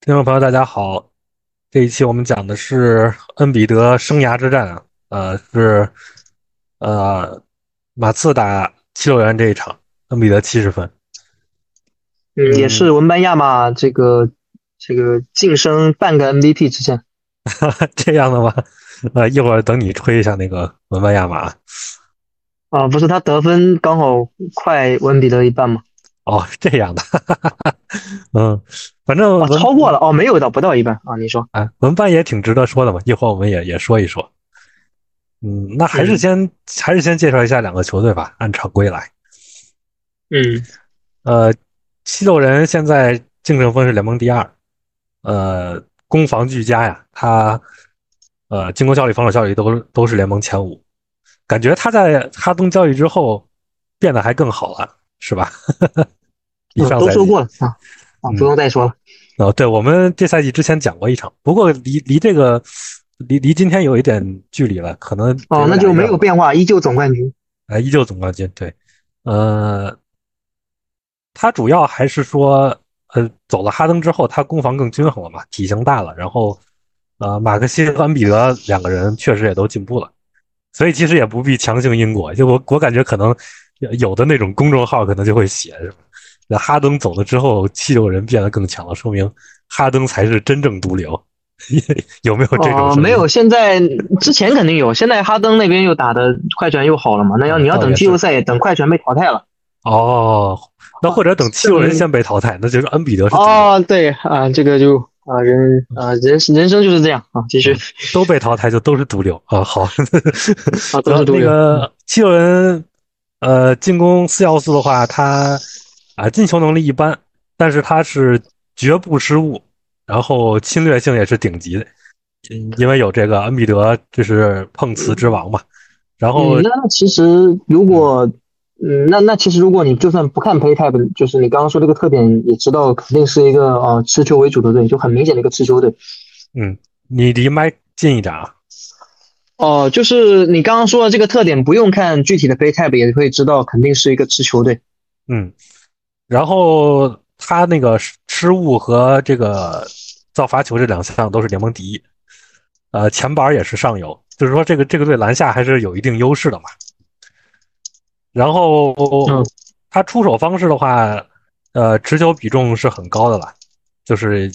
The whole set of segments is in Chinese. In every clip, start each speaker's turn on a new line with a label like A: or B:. A: 听众朋友，大家好。这一期我们讲的是恩比德生涯之战啊，呃，是呃马刺打七六人这一场，恩比德七十分。
B: 嗯，也是文班亚马这个这个晋升半个 MVP 之战。
A: 这样的吗？呃，一会儿等你吹一下那个文班亚马。
B: 啊，不是他得分刚好快文比德一半嘛？
A: 哦，这样的， 嗯，反正、
B: 啊、超过了哦，没有到不到一半啊。你说，
A: 哎，文班也挺值得说的嘛，一会儿我们也也说一说。嗯，那还是先、嗯、还是先介绍一下两个球队吧，按常规来。
B: 嗯，
A: 呃，七六人现在净胜分是联盟第二，呃，攻防俱佳呀，他呃进攻效率、防守效率都都是联盟前五，感觉他在哈登交易之后变得还更好了。是吧？ 以上、
B: 哦、都说过了啊啊，不用再说了。
A: 嗯、哦，对，我们这赛季之前讲过一场，不过离离这个离离今天有一点距离了，可能
B: 哦，那就没有变化，依旧总冠军。
A: 哎，依旧总冠军，对，呃，他主要还是说，呃，走了哈登之后，他攻防更均衡了嘛，体型大了，然后呃，马克西和恩比德两个人确实也都进步了，所以其实也不必强行因果，就我我感觉可能。有的那种公众号可能就会写什么，哈登走了之后，七六人变得更强了，说明哈登才是真正毒瘤。 有没有这种？
B: 哦，没有，现在之前肯定有，现在哈登那边又打的快船又好了嘛，那
A: 嗯
B: 要你要等季后赛，也等快船被淘汰了。
A: 哦，那或者等七六人先被淘汰，啊、那就是恩比德是。
B: 哦，对啊，这个就啊人啊人人生就是这样啊，继续、嗯、
A: 都被淘汰就都是毒瘤啊，好，
B: 啊都是毒
A: 那
B: 瘤。
A: 个七六人。呃，进攻四要素的话，他啊进球能力一般，但是他是绝不失误，然后侵略性也是顶级的，因为有这个恩比德，这是碰瓷之王嘛。然后、
B: 嗯、那那其实如果嗯那那其实如果你就算不看 play type，就是你刚刚说这个特点，也知道肯定是一个呃持球为主的队，就很明显的一个持球队。
A: 嗯，你离麦近一点啊。
B: 哦，就是你刚刚说的这个特点，不用看具体的 play type 也可以知道，肯定是一个持球队。
A: 嗯，然后他那个失误和这个造罚球这两项都是联盟第一，呃，前板也是上游，就是说这个这个对篮下还是有一定优势的嘛。然后他出手方式的话，呃，持球比重是很高的了。就是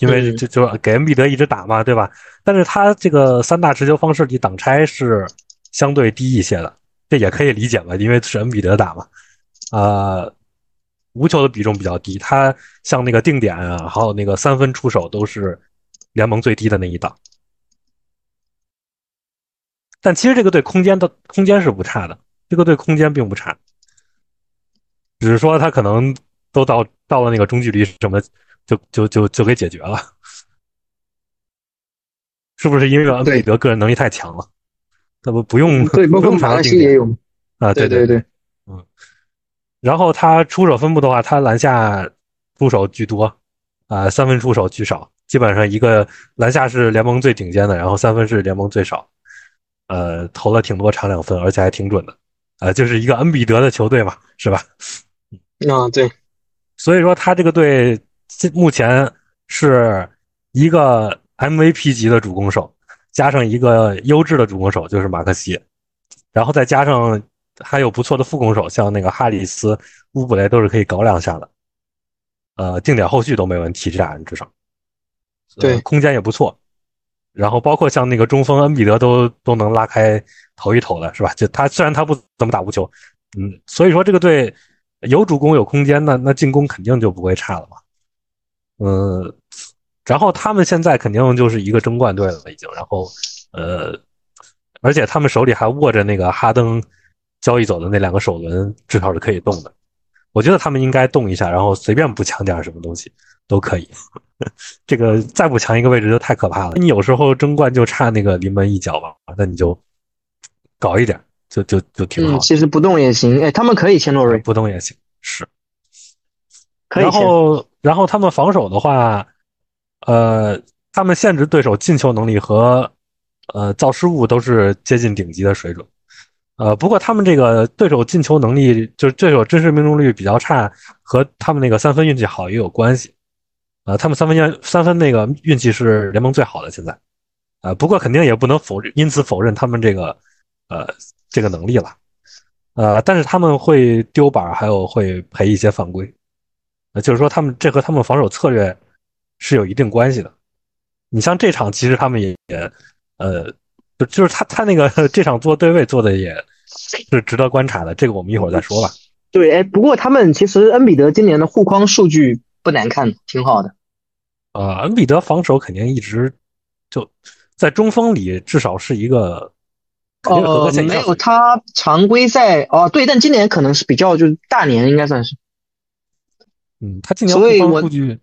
A: 因为就就给恩比德一直打嘛，对吧？但是他这个三大持球方式里挡拆是相对低一些的，这也可以理解吧，因为是恩比德打嘛。呃，无球的比重比较低，他像那个定点啊，还有那个三分出手都是联盟最低的那一档。但其实这个对空间的空间是不差的，这个对空间并不差，只是说他可能都到到了那个中距离什么。就就就就给解决了，是不是因为恩比德个人能力太强了？那不不用
B: 对，包括马来西也有
A: 啊，对
B: 对
A: 对，嗯。然后他出手分布的话，他篮下出手居多，啊、呃，三分出手居少，基本上一个篮下是联盟最顶尖的，然后三分是联盟最少，呃，投了挺多长两分，而且还挺准的，啊、呃，就是一个恩比德的球队嘛，是吧？
B: 啊，对，
A: 所以说他这个队。这目前是一个 MVP 级的主攻手，加上一个优质的主攻手，就是马克西，然后再加上还有不错的副攻手，像那个哈里斯、乌布雷都是可以搞两下的。呃，定点后续都没问题，这俩人至少，
B: 对、
A: 呃，空间也不错。然后包括像那个中锋恩比德都都能拉开投一投的，是吧？就他虽然他不怎么打无球，嗯，所以说这个队有主攻有空间，那那进攻肯定就不会差了嘛。嗯，然后他们现在肯定就是一个争冠队了，已经。然后，呃，而且他们手里还握着那个哈登交易走的那两个首轮，至少是可以动的。我觉得他们应该动一下，然后随便补强点什么东西都可以。 这个再补强一个位置就太可怕了。你有时候争冠就差那个临门一脚吧，那你就搞一点，就就就挺好、嗯。
B: 其实不动也行，哎，他们可以签诺瑞，
A: 啊不动也行，是。
B: 可以
A: 然后，然后他们防守的话，呃，他们限制对手进球能力和呃造失误都是接近顶级的水准。呃，不过他们这个对手进球能力，就是对手真实命中率比较差，和他们那个三分运气好也有关系。呃，他们三分运三分那个运气是联盟最好的现在，呃，不过肯定也不能否认，因此否认他们这个呃这个能力了，呃，但是他们会丢板，还有会赔一些犯规，呃，就是说他们这和他们防守策略是有一定关系的。你像这场，其实他们也也呃，就就是他他那个这场做对位做的也是值得观察的，这个我们一会儿再说吧。
B: 对，哎，不过他们其实恩比德今年的护框数据不难看，挺好的。
A: 呃，恩比德防守肯定一直就在中锋里，至少是一个肯定是合格
B: 呃，
A: 线以
B: 没
A: 上
B: 有他常规赛哦，对，但今年可能是比较就是大年，应该算是
A: 嗯，他今年
B: 所以
A: 护
B: 我
A: 框数据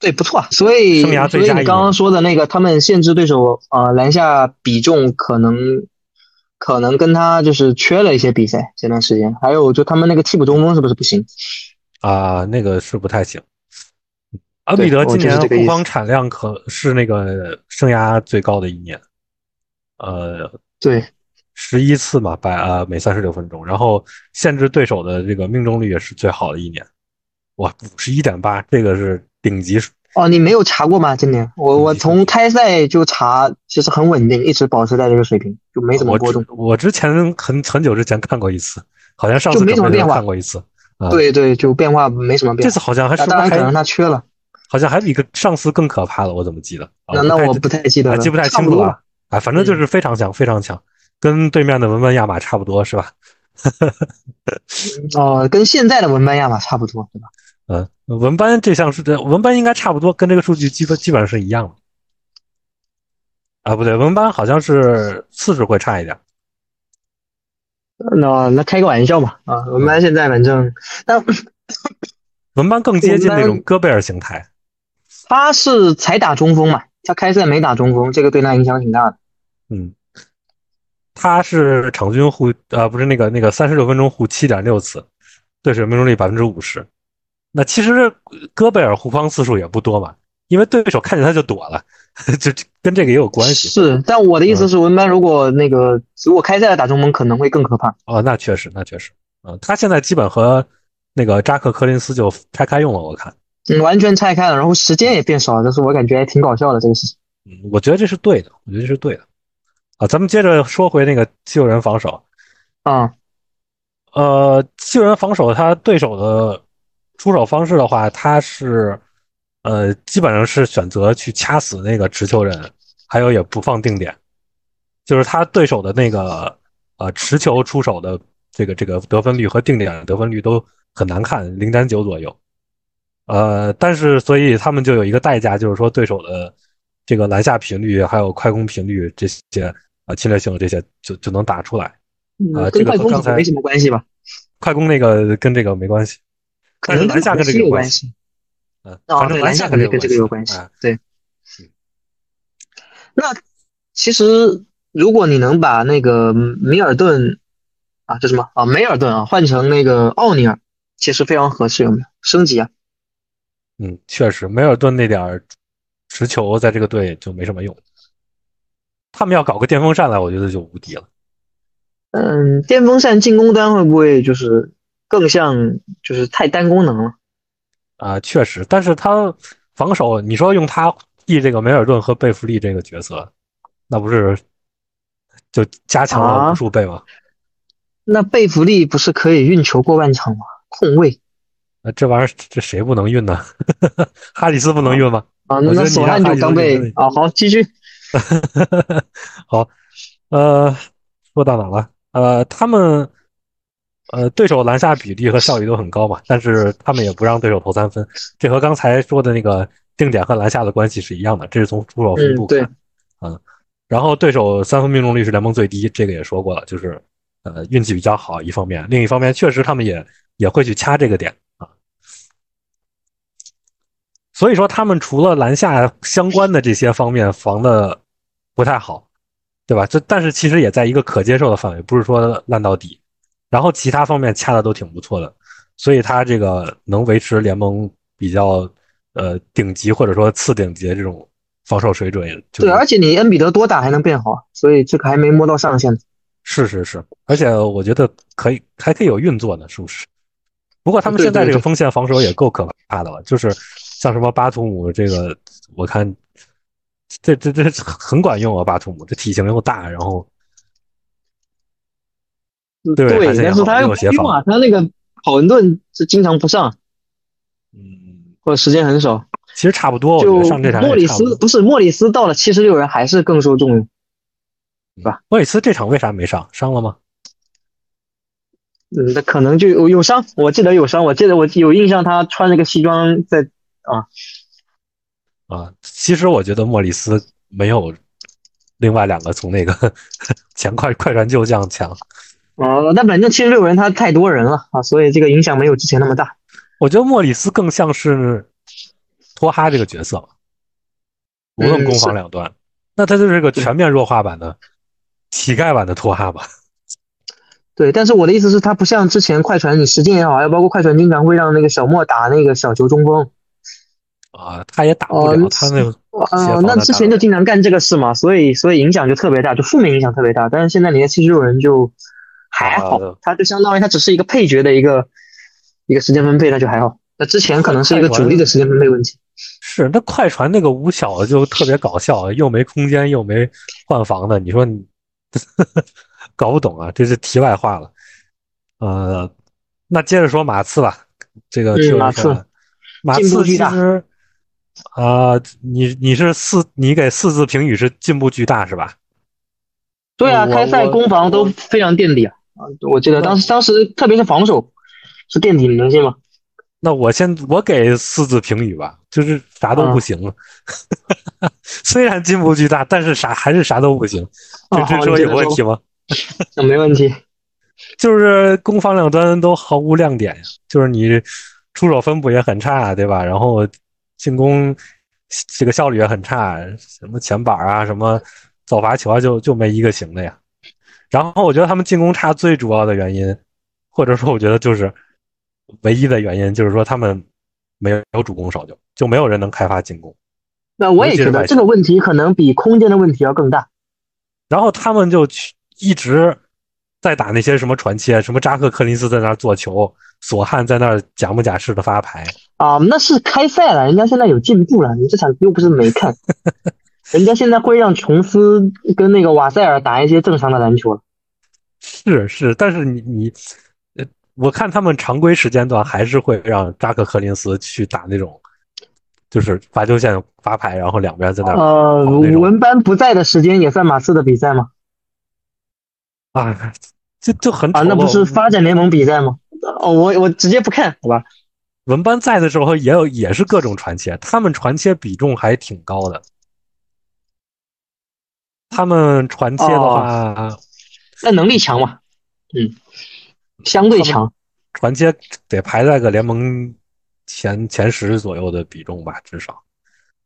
B: 对，不错啊。所以
A: 生涯
B: 所
A: 最
B: 以
A: 佳
B: 你
A: 一
B: 刚刚
A: 名
B: 说的那个，他们限制对手呃篮下比重可能可能跟他就是缺了一些比赛这段时间，还有就他们那个替补中锋是不是不行？
A: 啊、那个是不太行。恩比德今
B: 我就是
A: 年
B: 这个意
A: 护
B: 思
A: 框产量可是那个生涯最高的一年，呃，
B: 对，
A: 十一次嘛，百呃每三十六分钟，然后限制对手的这个命中率也是最好的一年，哇，五十一点八，这个是顶级水，
B: 哦，你没有查过吗？今年我我从开赛就查，其实很稳定，一直保持在这个水平，就没怎么
A: 我
B: 波
A: 之
B: 动。
A: 我之前很很久之前看过一次，好像上
B: 就
A: 次
B: 没
A: 准
B: 怎么
A: 备的时
B: 变
A: 候
B: 化
A: 看过一次，啊
B: 对对，就变化没什么变
A: 这
B: 化。
A: 次好像还是
B: 那
A: 不
B: 当
A: 是
B: 然可能
A: 还
B: 他缺了，
A: 好像还比个上次更可怕了，我怎么记得？啊
B: 那那
A: 太
B: 我不太记得
A: 啊
B: 了，
A: 记不太
B: 差
A: 清
B: 不
A: 楚
B: 多嗯
A: 了
B: 吧。
A: 啊，反正就是非常强，非常强，跟对面的文班亚马差不多是吧？
B: 哦，跟现在的文班亚马差不多，对吧？
A: 嗯，文班这项是文班应该差不多，跟这个数据基本基本上是一样的。啊，不对，文班好像是次数会差一点。
B: 那那开个玩笑吧，啊，文班现在反正，但
A: 文班更接近那
B: 文
A: 种
B: 班
A: 戈贝尔形态。
B: 他是才打中锋嘛，他开赛没打中锋，这个对他影响挺大的。
A: 嗯，他是场均护呃不是那个那个三十六分钟护七点六次，对手命中率百分之五十。那其实戈贝尔护框次数也不多嘛，因为对手看见他就躲了， 就就跟这个也有关系。
B: 是，但我的意思
A: 嗯
B: 是，文班如果那个如果开赛了打中锋，可能会更可怕。
A: 哦，那确实，那确实，嗯、他现在基本和那个扎克科林斯就拆开用了，我看，
B: 嗯，完全拆开了，然后时间也变少了，但是我感觉还挺搞笑的这个事情。
A: 嗯，我觉得这是对的，我觉得这是对的。啊，咱们接着说回那个七六人防守，
B: 啊、
A: 呃，七六人防守他对手的出手方式的话，他是呃基本上是选择去掐死那个持球人，还有也不放定点，就是他对手的那个呃持球出手的这个这个得分率和定点得分率都很难看，零点九左右。呃，但是所以他们就有一个代价，就是说对手的这个篮下频率还有快攻频率这些呃侵略性的这些就就能打出来。
B: 嗯
A: 啊这个
B: 跟快
A: 和
B: 攻
A: 刚
B: 可能
A: 才
B: 没什么关系吧？
A: 快攻那个跟这个没关系，
B: 可
A: 但是
B: 能
A: 篮
B: 跟
A: 下跟
B: 孔
A: 这个
B: 西
A: 有
B: 有
A: 关
B: 关系。
A: 嗯，
B: 哦
A: 反，正
B: 对，
A: 篮
B: 篮下
A: 肯
B: 肯
A: 定
B: 定跟这个有关系
A: 哎。
B: 对
A: 嗯，
B: 那其实如果你能把那个米尔顿啊，这什么啊，梅尔顿啊，换成那个奥尼尔，其实非常合适，有没有升级啊？
A: 嗯，确实，梅尔顿那点儿持球在这个队就没什么用。他们要搞个电风扇来，我觉得就无敌了。
B: 嗯，电风扇进攻端会不会就是更像就是太单功能了？
A: 啊，确实，但是他防守，你说用他替这个梅尔顿和贝弗利这个角色，那不是就加强了
B: 啊
A: 无数倍吗？
B: 那贝弗利不是可以运球过半场吗？控卫
A: 那、这玩意儿这谁不能运呢？ 哈里斯不能运吗？
B: 啊，
A: 我觉得
B: 那那
A: 你
B: 索
A: 让
B: 汉
A: 哈
B: 就
A: 里
B: 刚
A: 斯
B: 被
A: 运
B: 啊，好，继续。
A: 好，呃，说到哪了？呃，他们呃对手篮下比例和效率都很高嘛，但是他们也不让对手投三分，这和刚才说的那个定点和篮下的关系是一样的，这是从出手分
B: 嗯
A: 布，看。
B: 对，
A: 然后对手三分命中率是联盟最低，这个也说过了，就是呃运气比较好一方面，另一方面确实他们也也会去掐这个点啊。所以说他们除了篮下相关的这些方面防的不太好，对吧？这但是其实也在一个可接受的范围，不是说烂到底。然后其他方面掐的都挺不错的，所以他这个能维持联盟比较呃顶级或者说次顶级的这种防守水准，就是
B: 对，而且你恩比德多打还能变好，啊所以这个还没摸到上限。
A: 是是是，而且我觉得可以还可以有运作呢，是不是？不过他们
B: 对
A: 现在
B: 对
A: 这个
B: 对
A: 锋线防守也够可怕的了，就是像什么巴图姆这个，我看这这这很管用啊，巴图姆这体型又大，然后
B: 对，
A: 对还是
B: 但是他
A: 有
B: 又
A: 有协
B: 不
A: 防
B: 用啊，他那个跑文顿是经常不上，
A: 嗯，
B: 或者时间很少。
A: 其实差不多，我觉
B: 就
A: 得上这场
B: 莫
A: 也
B: 里
A: 差不
B: 斯
A: 多。
B: 不是莫里斯到了七十六人还是更受重用，
A: 莫里斯这场为啥没上？伤了吗？
B: 嗯，那可能就有有伤，我记得有伤，我记得我有印象，他穿着个西装在
A: 啊，其实我觉得莫里斯没有另外两个从那个 前快快船旧将强。
B: 呃，但反正七十六人他太多人了啊，所以这个影响没有之前那么大。
A: 我觉得莫里斯更像是托哈这个角色，无论
B: 嗯
A: 攻防
B: 是
A: 两端，那他就是个全面弱化版的乞丐版的托哈吧？
B: 对，但是我的意思是，他不像之前快船，你实践也好，还有包括快船经常会让那个小莫打那个小球中锋，
A: 啊，他也打不
B: 哦
A: 了，
B: 那
A: 他那个协
B: 啊、
A: 防
B: 那
A: 的
B: 之
A: 打
B: 前
A: 得
B: 就经常干这个事嘛，所以所以影响就特别大，就负面影响特别大。但是现在你的七十六人就还好
A: 啊，
B: 他就相当于他只是一个配角的一个一个时间分配，那就还好。那之前可能是一个主力的时间分配问题。
A: 是那快船那个五小的就特别搞笑，又没空间又没换防的，你说你 搞不懂啊，这是题外话了。呃，那接着说马刺吧，这个
B: 嗯
A: 确实
B: 马
A: 是
B: 刺
A: 马
B: 进步
A: 刺
B: 巨
A: 其
B: 大
A: 实啊、你你是四，你给四字评语是进步巨大是吧？
B: 对啊，
A: 我
B: 开赛
A: 我
B: 攻防都非常垫底啊！啊我记得当时当时特别是防守是垫底，你能信吗？
A: 那我先我给四字评语吧，就是啥都不
B: 啊
A: 行。 虽然进步巨大，但是啥还是啥都不行。这
B: 啊好
A: 这
B: 你
A: 说
B: 接
A: 有
B: 着
A: 问
B: 说
A: 题吗？
B: 那没问题。
A: 就是攻防两端都毫无亮点呀，就是你出手分布也很差，对吧？然后进攻这个效率也很差，什么前板啊，什么造罚球啊，就就没一个行的呀。然后我觉得他们进攻差最主要的原因，或者说我觉得就是唯一的原因，就是说他们没有主攻手就就没有人能开发进攻。
B: 那我也
A: 尤其是
B: 觉得
A: 外
B: 这个问题可能比空间的问题要更大。
A: 然后他们就去一直在打那些什么传切，什么扎克柯林斯在那儿做球，索汉在那儿假模假式的发牌。
B: 啊，那是开赛了，人家现在有进步了，你这场又不是没 看，人家现在会让琼斯跟那个瓦塞尔打一些正常的篮球了。
A: 是是，但是你你，呃，我看他们常规时间段还是会让扎克柯林斯去打那种，就是罚球线发牌，然后两边在那儿
B: 呃，
A: 啊好那种
B: 文班不在的时间也算马刺的比赛吗？
A: 啊，就就很
B: 啊，
A: 丑
B: 那不
A: 陋
B: 是发展联盟比赛吗？哦，我我直接不看，好吧？
A: 文班在的时候也有也是各种传切，他们传切比重还挺高的。他们传切的
B: 哦
A: 话，
B: 但能力强嘛，嗯，相对强。
A: 传切得排在个联盟前前十左右的比重吧，至少。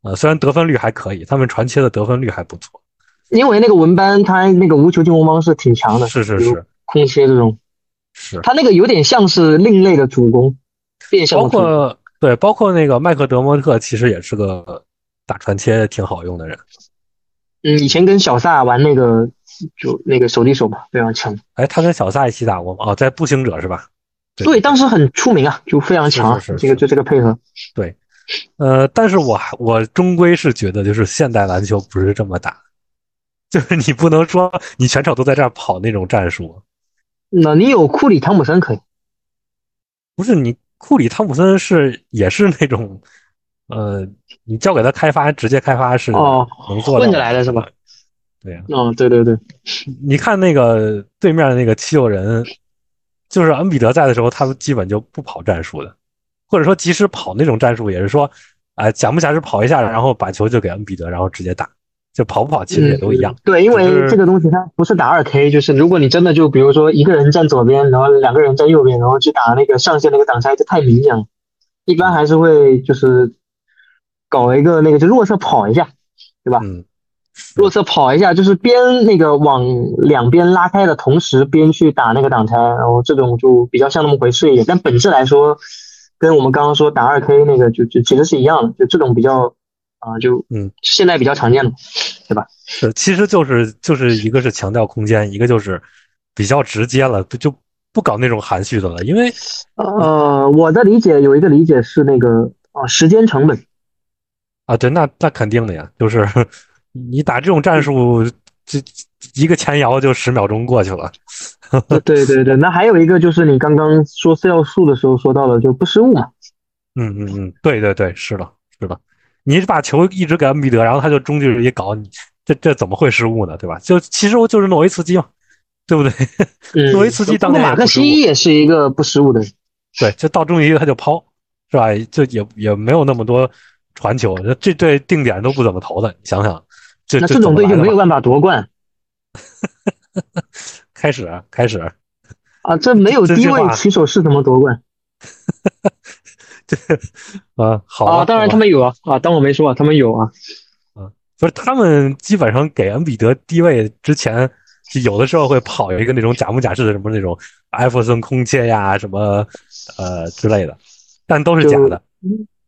A: 呃，虽然得分率还可以，他们传切的得分率还不错。
B: 因为那个文班他那个无球进攻方式挺强的，
A: 是是
B: 比如
A: 是
B: 空切这种，
A: 是，
B: 他那个有点像是另类的主攻，变相
A: 包
B: 的主攻。
A: 括对，包括那个麦克德莫特，其实也是个打传切挺好用的人。
B: 嗯，以前跟小萨玩那个就那个手递手嘛，非常强。
A: 哎，他跟小萨一起打过吗？哦，在步行者是吧？
B: 对，当时很出名啊，就非常强啊。
A: 是是是
B: 这个
A: 是
B: 就这个配合，
A: 呃，但是我还我终归是觉得，就是现代篮球不是这么打，就是你不能说你全场都在这儿跑那种战术。
B: 那你有库里、汤普森可以，
A: 不是你库里、汤普森是也是那种，呃，你交给他开发，直接开发是
B: 哦
A: 能做到的
B: 混着来的是吧？？
A: 对呀、
B: 嗯，对对对，
A: 你看那个对面那个七六人，就是恩比德在的时候，他们基本就不跑战术的，或者说即使跑那种战术，也是说，啊、假不假是跑一下，然后把球就给恩比德，然后直接打，就跑不跑其实也都一样
B: 嗯。。对，因
A: 只
B: 为
A: 是
B: 这个东西它不是打二 K，就是如果你真的就比如说一个人站左边，然后两个人站右边，然后去打那个上线那个挡拆，这太明显了。一般还是会就是搞一个那个就弱侧跑一下，对吧？
A: 嗯，是
B: 弱侧跑一下，就是边那个往两边拉开的同时，边去打那个挡拆，然后这种就比较像那么回事一点。但本质来说，跟我们刚刚说打二 K 那个就就其实是一样的，就这种比较啊、就
A: 嗯，
B: 现在比较常见的。
A: 是，其实就是就是一个是强调空间，一个就是比较直接了，不就不搞那种含蓄的了，因为
B: 啊呃，我的理解有一个理解是那个啊，时间成本，
A: 啊，对，那那肯定的呀，就是 你打这种战术，这一个前摇就十秒钟过去了。
B: 呃 对对对，那还有一个就是你刚刚说四要素的时候说到了，就不失误嘛。
A: 嗯嗯嗯，对对对，是的，是的。你把球一直给恩比德，然后他就中距离一搞你，这这怎么会失误呢？对吧？就其实我就是诺维茨基嘛，对不 对？
B: 嗯，
A: 诺维茨基当年也
B: 马克
A: 不失误
B: 西也是一个不失误的人。
A: 对，就到中距离他就抛，是吧？就也也没有那么多传球，这对定点都不怎么投的，你想想，这
B: 那
A: 这
B: 这
A: 怎么
B: 种队
A: 来
B: 就
A: 的
B: 没有
A: 吧
B: 办法夺冠
A: 开始开始，
B: 啊！这没有
A: 这
B: 低
A: 句
B: 位
A: 话
B: 起手是怎么夺冠
A: 这啊好吧
B: 啊？当
A: 好吧
B: 然他们有啊啊！当我没说啊，他们有啊。
A: 不是他们基本上给恩比德低位之前，就有的时候会跑一个那种假模假式的什么那种艾弗森空切呀什么呃之类的，但都是假
B: 就
A: 的，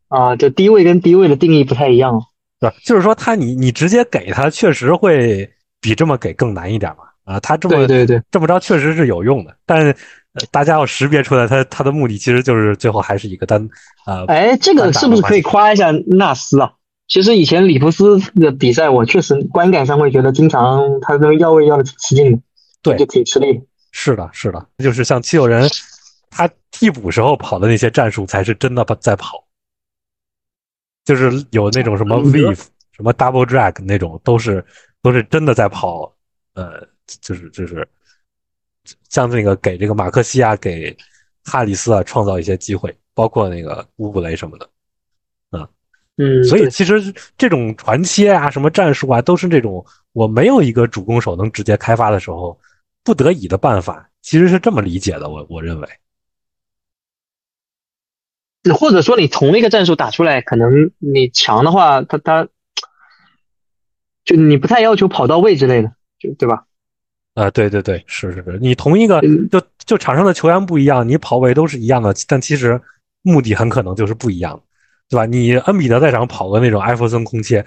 B: 啊，这低位跟低位的定义不太一样哦。
A: 对吧？就是说他你你直接给他，确实会比这么给更难一点嘛。啊，他这么
B: 对对对，
A: 这么着确实是有用的，但是、呃大家要识别出来他他的目的其实就是最后还是一个单啊、呃
B: 哎，这个是不是可以夸一下纳斯啊？其实以前里弗斯的比赛，我确实观感上会觉得，经常他跟要位要的挺吃劲的，
A: 对
B: 就挺吃力。
A: 是的，是的，就是像七六人，他替补时候跑的那些战术才是真的在跑，就是有那种什么
B: 嗯
A: weave、什么 double drag 那种，都是都是真的在跑，呃，就是就是像那个给这个马克西亚给哈里斯啊创造一些机会，包括那个乌布雷什么的。
B: 嗯，
A: 所以
B: 对
A: 其实这种传切啊、什么战术啊，都是这种我没有一个主攻手能直接开发的时候，不得已的办法，其实是这么理解的。我我认为，
B: 或者说你同一个战术打出来，可能你强的话，他他就你不太要求跑到位之类的，就对吧？
A: 啊、对对对，是是是，你同一个
B: 嗯
A: 就就场上的球员不一样，你跑位都是一样的，但其实目的很可能就是不一样的，对吧？你恩比德在场跑个那种艾弗森空切，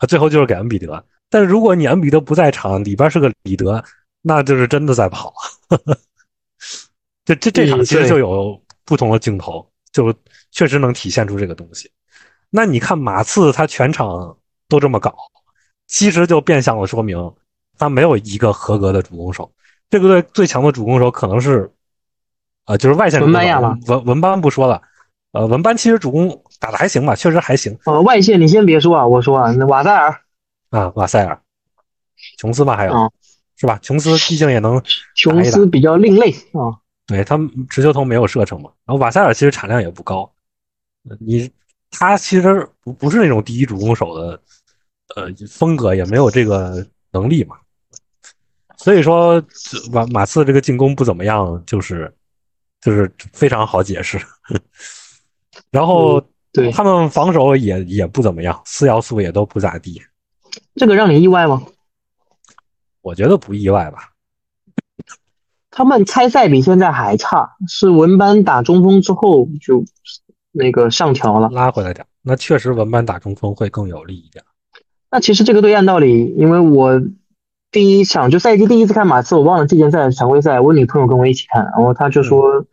A: 啊，最后就是给恩比德。但是如果你恩比德不在场，里边是个里德，那就是真的在跑。啊 这这这场
B: 嗯
A: 其实
B: 对
A: 就有不同的镜头，就确实能体现出这个东西。那你看马刺他全场都这么搞，其实就变相的说明他没有一个合格的主攻手。这个队最强的主攻手可能是，啊、就是外线主攻手
B: 文班亚马
A: 文文班不说了，呃，文班其实主攻打的还行吧，确实还行
B: 呃，外线你先别说啊，我说啊，那瓦塞尔、
A: 啊。瓦塞尔、琼斯嘛，还有、
B: 嗯
A: 是吧？琼斯毕竟也能
B: 琼斯比较另类啊。
A: 对他们持球投没有射程嘛，然后瓦塞尔其实产量也不高，呃你他其实不不是那种第一主攻手的，呃，风格也没有这个能力嘛，所以说这马马刺这个进攻不怎么样，就是就是非常好解释， 然后
B: 对
A: 他们防守也也不怎么样，四要素也都不咋地，
B: 这个让你意外吗？
A: 我觉得不意外吧。
B: 他们参赛比现在还差，是文班打中锋之后就那个上调了。
A: 拉回来点儿，那确实文班打中锋会更有利一点。
B: 那其实这个队按道理，因为我第一场就赛季第一次看马刺，我忘了季前赛还是常规赛，我女朋友跟我一起看，然后她就说、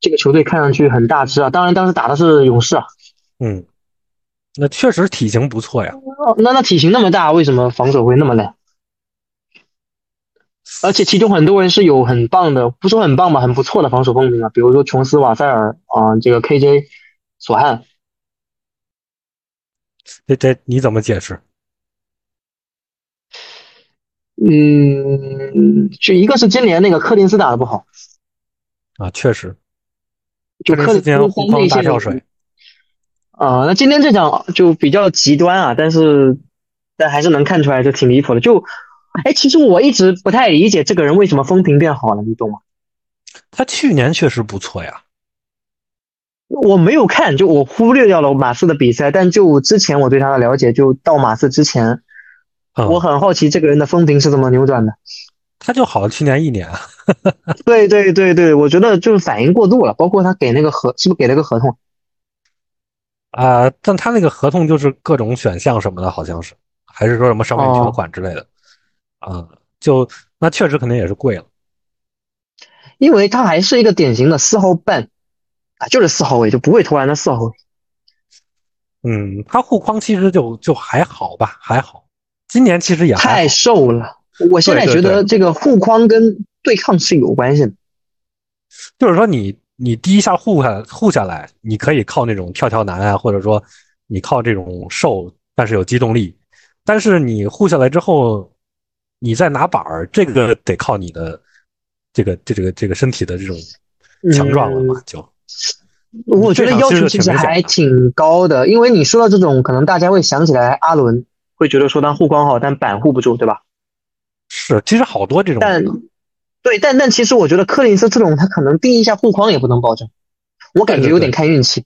B: 这个球队看上去很大只啊，当然当时打的是勇士啊，
A: 嗯，那确实体型不错呀。
B: 哦那那体型那么大，为什么防守会那么烂？而且其中很多人是有很棒的，不说很棒吧，很不错的防守风评啊，比如说琼斯、瓦塞尔啊、这个 KJ、索汉，
A: 这这你怎么解释？
B: 嗯，就一个是今年那个柯林斯打的不好，
A: 啊，确实，
B: 就
A: 这
B: 柯
A: 次
B: 林
A: 今天
B: 斯
A: 护框大跳水，
B: 啊、那今天这场就比较极端啊，但是但还是能看出来，就挺离谱的。就，哎，其实我一直不太理解这个人为什么风评变好了，你懂吗？
A: 他去年确实不错呀。
B: 我没有看，就我忽略掉了马刺的比赛，但就之前我对他的了解，就到马刺之前，
A: 嗯，
B: 我很好奇这个人的风评是怎么扭转的。
A: 他就好了去年一年啊。
B: 对对对对，我觉得就是反应过度了，包括他给那个合，是不是给了个合同？
A: 啊，但他那个合同就是各种选项什么的，好像是，还是说什么商业
B: 哦
A: 条款之类的。啊，就那确实肯定也是贵了。
B: 因为他还是一个典型的四号半啊，就是四号位，就不会投篮的四号位。
A: 嗯，他护框其实就就还好吧，还好。今年其实也还
B: 太
A: 好
B: 瘦了。我现在
A: 对对
B: 觉
A: 对
B: 得这个护框跟对抗是有关系的。
A: 就是说你你第一下护下护下来，你可以靠那种跳跳难啊，或者说你靠这种瘦但是有机动力，但是你护下来之后，你再拿板儿，这个得靠你的这个这这个这个身体的这种
B: 嗯
A: 强壮了嘛，就
B: 我觉得要求其实还挺高的，因为你说到这种，可能大家会想起来阿伦，会觉得说他护框好，但板护不住，对吧？
A: 是其实好多这种
B: 但对，但但其实我觉得柯林斯这种，他可能第一下护框也不能保证，我感觉有点看运气。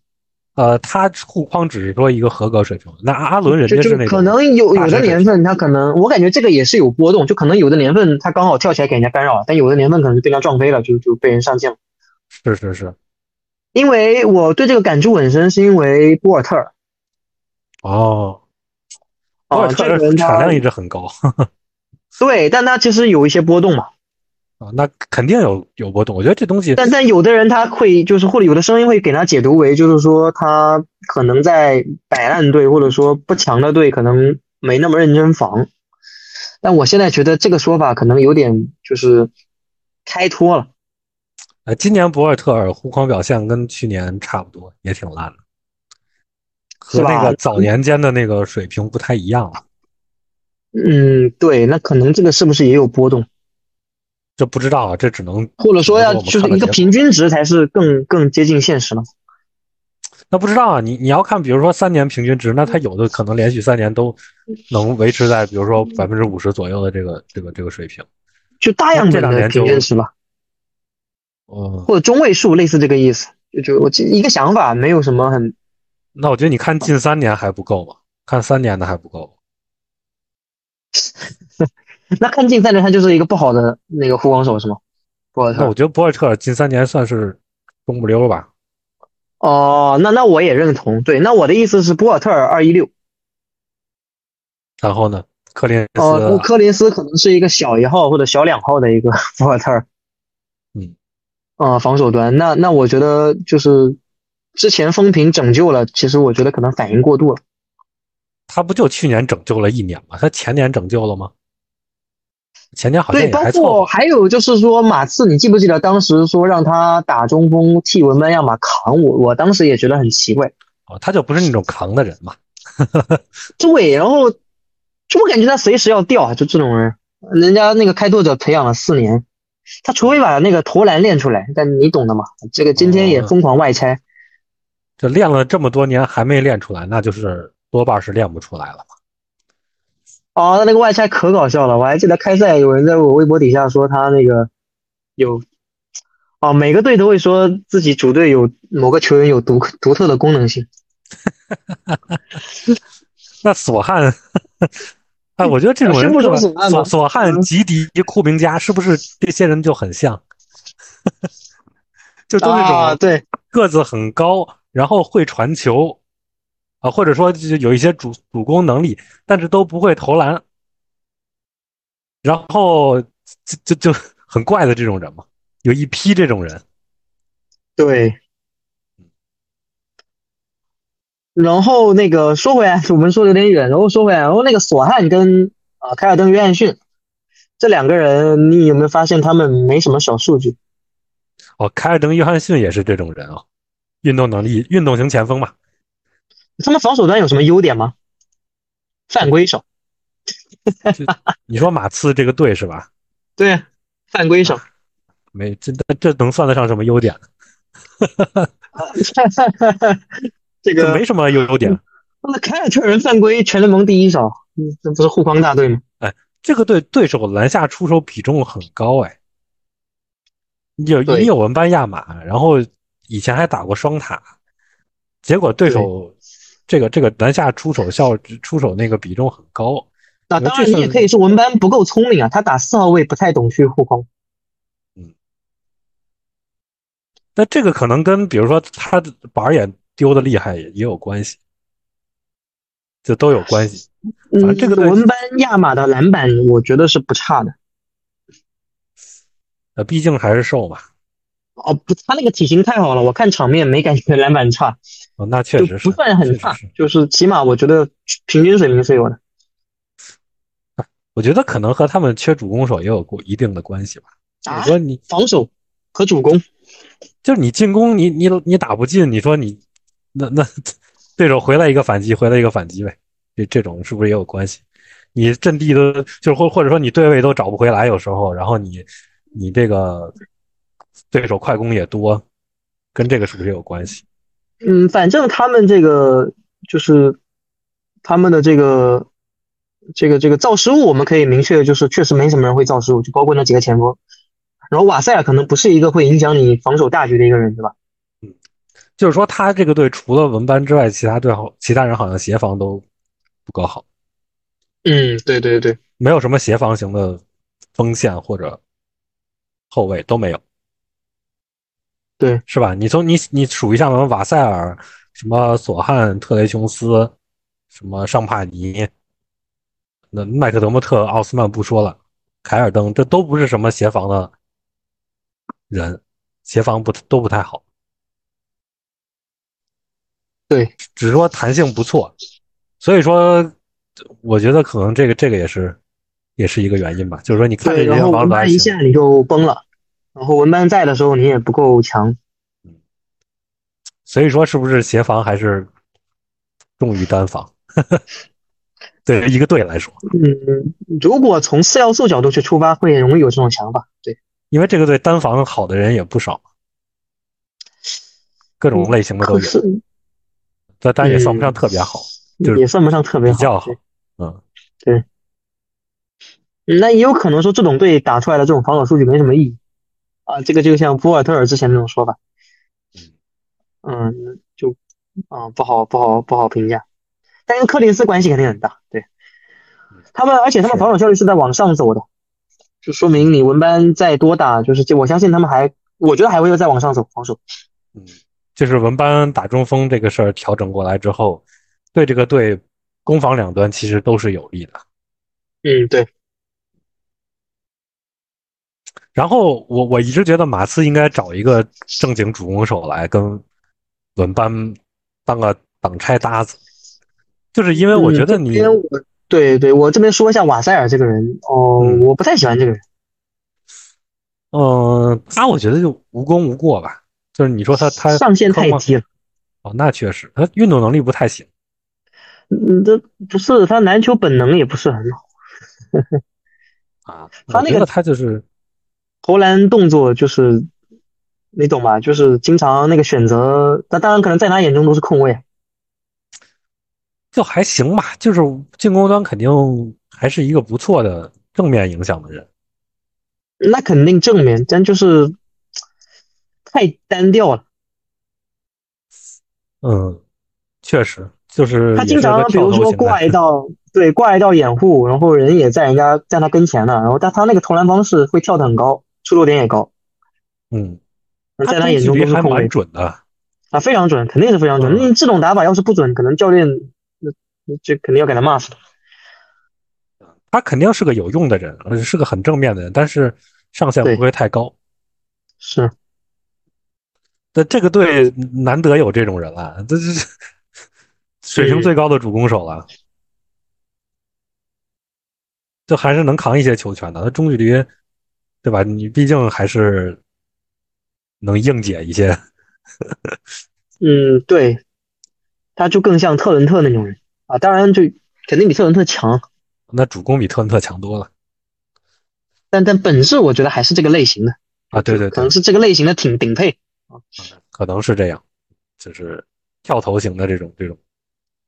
A: 呃，他护框只是说一个合格水平，那阿阿伦人家
B: 就是
A: 那种
B: 就可能有
A: 大
B: 有的
A: 神
B: 年份，他可能我感觉这个也是有波动，就可能有的年份他刚好跳起来给人家干扰，但有的年份可能就被人家撞飞了，就就被人上箭了。
A: 是是是
B: 因为我对这个感触很深，是因为博尔特尔
A: 哦，博
B: 啊，
A: 尔
B: 这
A: 特
B: 个人
A: 产
B: 他
A: 量一直很高
B: 对，但他其实有一些波动嘛。
A: 啊，那肯定有有波动，我觉得这 东西
B: 但但有的人他会就是或者有的声音会给他解读为就是说他可能在摆烂队或者说不强的队可能没那么认真防，但我现在觉得这个说法可能有点就是开脱了。
A: 呃，今年博尔特尔护框表现跟去年差不多，也挺烂的，和
B: 是吧
A: 那个早年间的那个水平不太一样了，
B: 嗯，对，那可能这个是不是也有波动，
A: 这不知道啊，这只能
B: 或者说要
A: 我们
B: 就是
A: 看看
B: 一个
A: 结果
B: 平均值才是更更接近现实嘛？
A: 那不知道啊，你你要看，比如说三年平均值，那他有的可能连续三年都能维持在，比如说百分之五十左右的这个这个这个水平，
B: 就大样
A: 哦这
B: 本
A: 两
B: 的
A: 年就
B: 平均值吧，
A: 嗯，
B: 或者中位数，类似这个意思。就就我一个想法，没有什么很
A: 那我觉得你看近三年还不够吧，看三年的还不够吧，
B: 那看竞赛的他就是一个不好的那个护光手是吗？博尔特
A: 那我觉得博尔特尔近三年算是中不溜吧，
B: 哦，那那我也认同。对，那我的意思是博尔特尔二一六，
A: 然后呢，科林斯啊
B: 呃，科林斯可能是一个小一号或者小两号的一个 博尔特尔。
A: 嗯，
B: 呃，防守端，那那我觉得就是之前风评拯救了，其实我觉得可能反应过度了。
A: 他不就去年拯救了一年吗？他前年拯救了吗？前年好像
B: 对，
A: 也
B: 包
A: 还
B: 括
A: 凑合。
B: 还有就是说马刺，你记不记得当时说让他打中锋替文班亚马扛我，我当时也觉得很奇怪。
A: 哦他就不是那种扛的人嘛。
B: 对，然后就我感觉他随时要掉，啊就这种人，人家那个开拓者培养了四年，他除非把那个投篮练出来，但你懂的嘛，这个今天也疯狂外拆，
A: 这练了这么多年还没练出来，那就是多半是练不出来了嘛。
B: 哦，他那个外拆可搞笑了，我还记得开赛有人在我微博底下说他那个有，哦，每个队都会说自己主队有某个球员有独独特的功能性，
A: 那索汉，哎，我觉得这种人
B: 是不是
A: 对吧
B: 索汉吗嗯
A: 索索汉、吉迪、库明加，是不是这些人就很像？ 就都那
B: 啊，
A: 种
B: 对，
A: 个子很高，然后会传球，啊，或者说就是有一些主主攻能力，但是都不会投篮，然后就就就很怪的这种人嘛，有一批这种人，
B: 对。然后那个说回来，我们说的有点远，然后说回来，然后那个索汉跟啊、呃凯尔登约翰逊这两个人，你有没有发现他们没什么小数据？
A: 哦，凯尔登·约翰逊也是这种人啊，运动能力，运动型前锋嘛，
B: 他们防守端有什么优点吗？犯规手，
A: 你说马刺这个队是吧？
B: 对，犯规手，
A: 没，这这能算得上什么优点？
B: 这
A: 这
B: 个
A: 没什么优优点。
B: 那凯尔特人犯规全联盟第一手，嗯，这不是护框大队吗？
A: 这个对对手篮下出手比重很高哎。你有
B: 对
A: 你有文班亚马，然后以前还打过双塔，结果对手这个这个篮下出手效出手那个比重很高，
B: 那
A: 我觉得
B: 当然，
A: 这
B: 你也
A: 是
B: 可以说文班不够聪明啊，他打四号位不太懂去护框。
A: 那这个可能跟比如说他的板儿也丢的厉害也也有关系，就都有关系。反正
B: 嗯，
A: 这个队
B: 文班亚马的篮板，我觉得是不差的。
A: 呃，毕竟还是瘦嘛，
B: 哦，不，他那个体型太好了，我看场面没感觉篮板差，
A: 哦，那确
B: 就
A: 实是
B: 不算很差
A: 确实是，
B: 就是起码我觉得平均水平是有的。
A: 我觉得可能和他们缺主攻手也有过一定的关系吧。
B: 啊
A: 你说你
B: 防守和主攻，
A: 就是你进攻，你你你打不进，你说你那那对手回来一个反击，回来一个反击呗，这这种是不是也有关系？你阵地都就是或或者说你对位都找不回来，有时候，然后你你这个对手快攻也多，跟这个是不是也有关系？
B: 嗯，反正他们这个就是他们的这个这个这个造失误，我们可以明确的就是确实没什么人会造失误，就包括那几个前锋。然后瓦塞尔可能不是一个会影响你防守大局的一个人，对吧？
A: 就是说他这个队除了文班之外，其他队好其他人好像协防都不够好，
B: 嗯，对对对，
A: 没有什么协防型的锋线或者后卫都没有。
B: 对，
A: 是吧？你从你你数一下，什么瓦塞尔、什么索汉、特雷琼斯、什么尚帕尼，那麦克德莫特、奥斯曼不说了，凯尔登，这都不是什么协防的人，协防不都不太好。
B: 对，
A: 只是说弹性不错，所以说我觉得可能这个这个也是也是一个原因吧，就是说你看这
B: 对，
A: 些
B: 然后
A: 防
B: 文
A: 守还
B: 班一
A: 行
B: 下你就崩了，然后文班在的时候你也不够强。
A: 所以说，是不是协防还是重于单防？ 对于一个队来说，
B: 嗯，如果从四要素角度去出发，会容易有这种想法。对，
A: 因为这个队单防好的人也不少，各种类型的都
B: 可
A: 有，
B: 是
A: 但但也算不上特别好，就是
B: 也算不上特别
A: 比
B: 好，
A: 较好
B: 对。
A: 嗯，
B: 那也有可能说这种队打出来的这种防守数据没什么意义啊。这个就像博尔特尔之前那种说法，嗯，就啊不好不好不好评价，但跟柯林斯关系肯定很大，对他们，而且他们
A: 嗯是
B: 防守效率是在往上走的，就说明你文班再多打，就是这我相信他们还，我觉得还会再往上走防守，
A: 就是文班打中锋这个事儿调整过来之后，对这个队攻防两端其实都是有利的。
B: 嗯，对，
A: 然后我我一直觉得马刺应该找一个正经主攻手来跟文班当个挡拆搭子，就是因为我觉得
B: 嗯这
A: 你、
B: 边我对对，我这边说一下瓦塞尔这个人哦，
A: 嗯
B: 我不太喜欢这个人。
A: 嗯，他我觉得就无功无过吧，就是你说他他
B: 上限太低了。
A: 哦，那确实他运动能力不太行，
B: 嗯，这不是他篮球本能也不是很好，
A: 啊，
B: 他
A: 我
B: 那
A: 觉
B: 个
A: 得他就是
B: 投篮动作就是，你懂吧？就是经常那个选择，那当然可能在他眼中都是啊空位。
A: 就还行吧，就是进攻端肯定还是一个不错的正面影响的人，
B: 那肯定正面，但就是太单调了。
A: 嗯，确实就是
B: 他
A: 也
B: 经
A: 是
B: 常
A: 个
B: 比
A: 跳
B: 如
A: 投
B: 说
A: 型的
B: 挂一道，对，挂一道掩护，然后人也在人家在他跟前呢，然后但他那个投篮方式会跳得很高，出手点也高，
A: 嗯，
B: 在
A: 他
B: 他眼
A: 距
B: 中
A: 离
B: 都是
A: 还
B: 空位
A: 蛮。准的，
B: 啊，非常准，肯定是非常准。
A: 嗯
B: 嗯，这种打法要是不准，可能教练那那这肯定要给他骂死的。
A: 他肯定是个有用的人，而且是个很正面的人，但是上限
B: 对
A: 不会太高。
B: 是，
A: 但这个队难得有这种人了，这 这这水平最高的主攻手了，就还是能扛一些球权的。他中距离，对吧？你毕竟还是能应解一些。
B: 嗯，对，他就更像特伦特那种人啊，当然就肯定比特伦特强，
A: 那主攻比特伦特强多了
B: 但但本质我觉得还是这个类型的，
A: 啊！对对
B: 可
A: 对
B: 能，是这个类型的挺顶配。
A: 可能是这样，就是跳投型的这种这种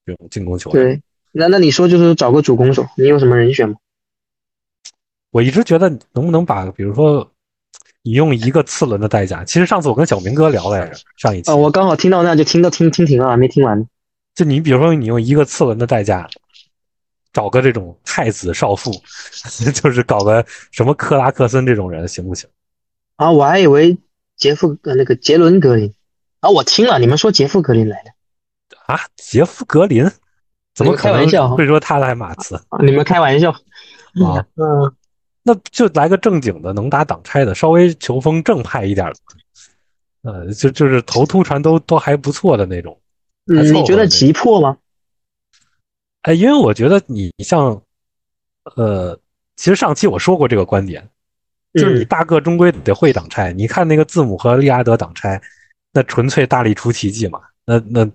A: 这种进攻球员。
B: 对，那那你说就是找个主攻手，你有什么人选吗？
A: 我一直觉得能不能把，比如说，你用一个次轮的代价，其实上次我跟小明哥聊来着，上一期，
B: 啊，我刚好听到那就听到听听停了，没听完。
A: 就你比如说你用一个次轮的代价，找个这种太子少妇， 就是搞个什么克拉克森这种人行不行？
B: 啊，我还以为杰夫呃那个杰伦格林，啊，我听了你们说杰夫格林来的
A: 啊，杰夫格林怎么可
B: 哎开玩笑啊
A: 能
B: 哈
A: 会说他来马 刺
B: 啊，你们开玩笑。
A: 啊？
B: 嗯，
A: 那就来个正经的，能打挡拆的，稍微球风正派一点的，呃，就就是头突传都都还不错的那种。还
B: 嗯，
A: 凑合
B: 你觉得
A: 那
B: 急迫吗？
A: 哎，因为我觉得你像，呃，其实上期我说过这个观点，就是你
B: 嗯
A: 大个终归得会挡拆。你看那个字母和利阿德挡拆，那纯粹大力出奇迹嘛。那那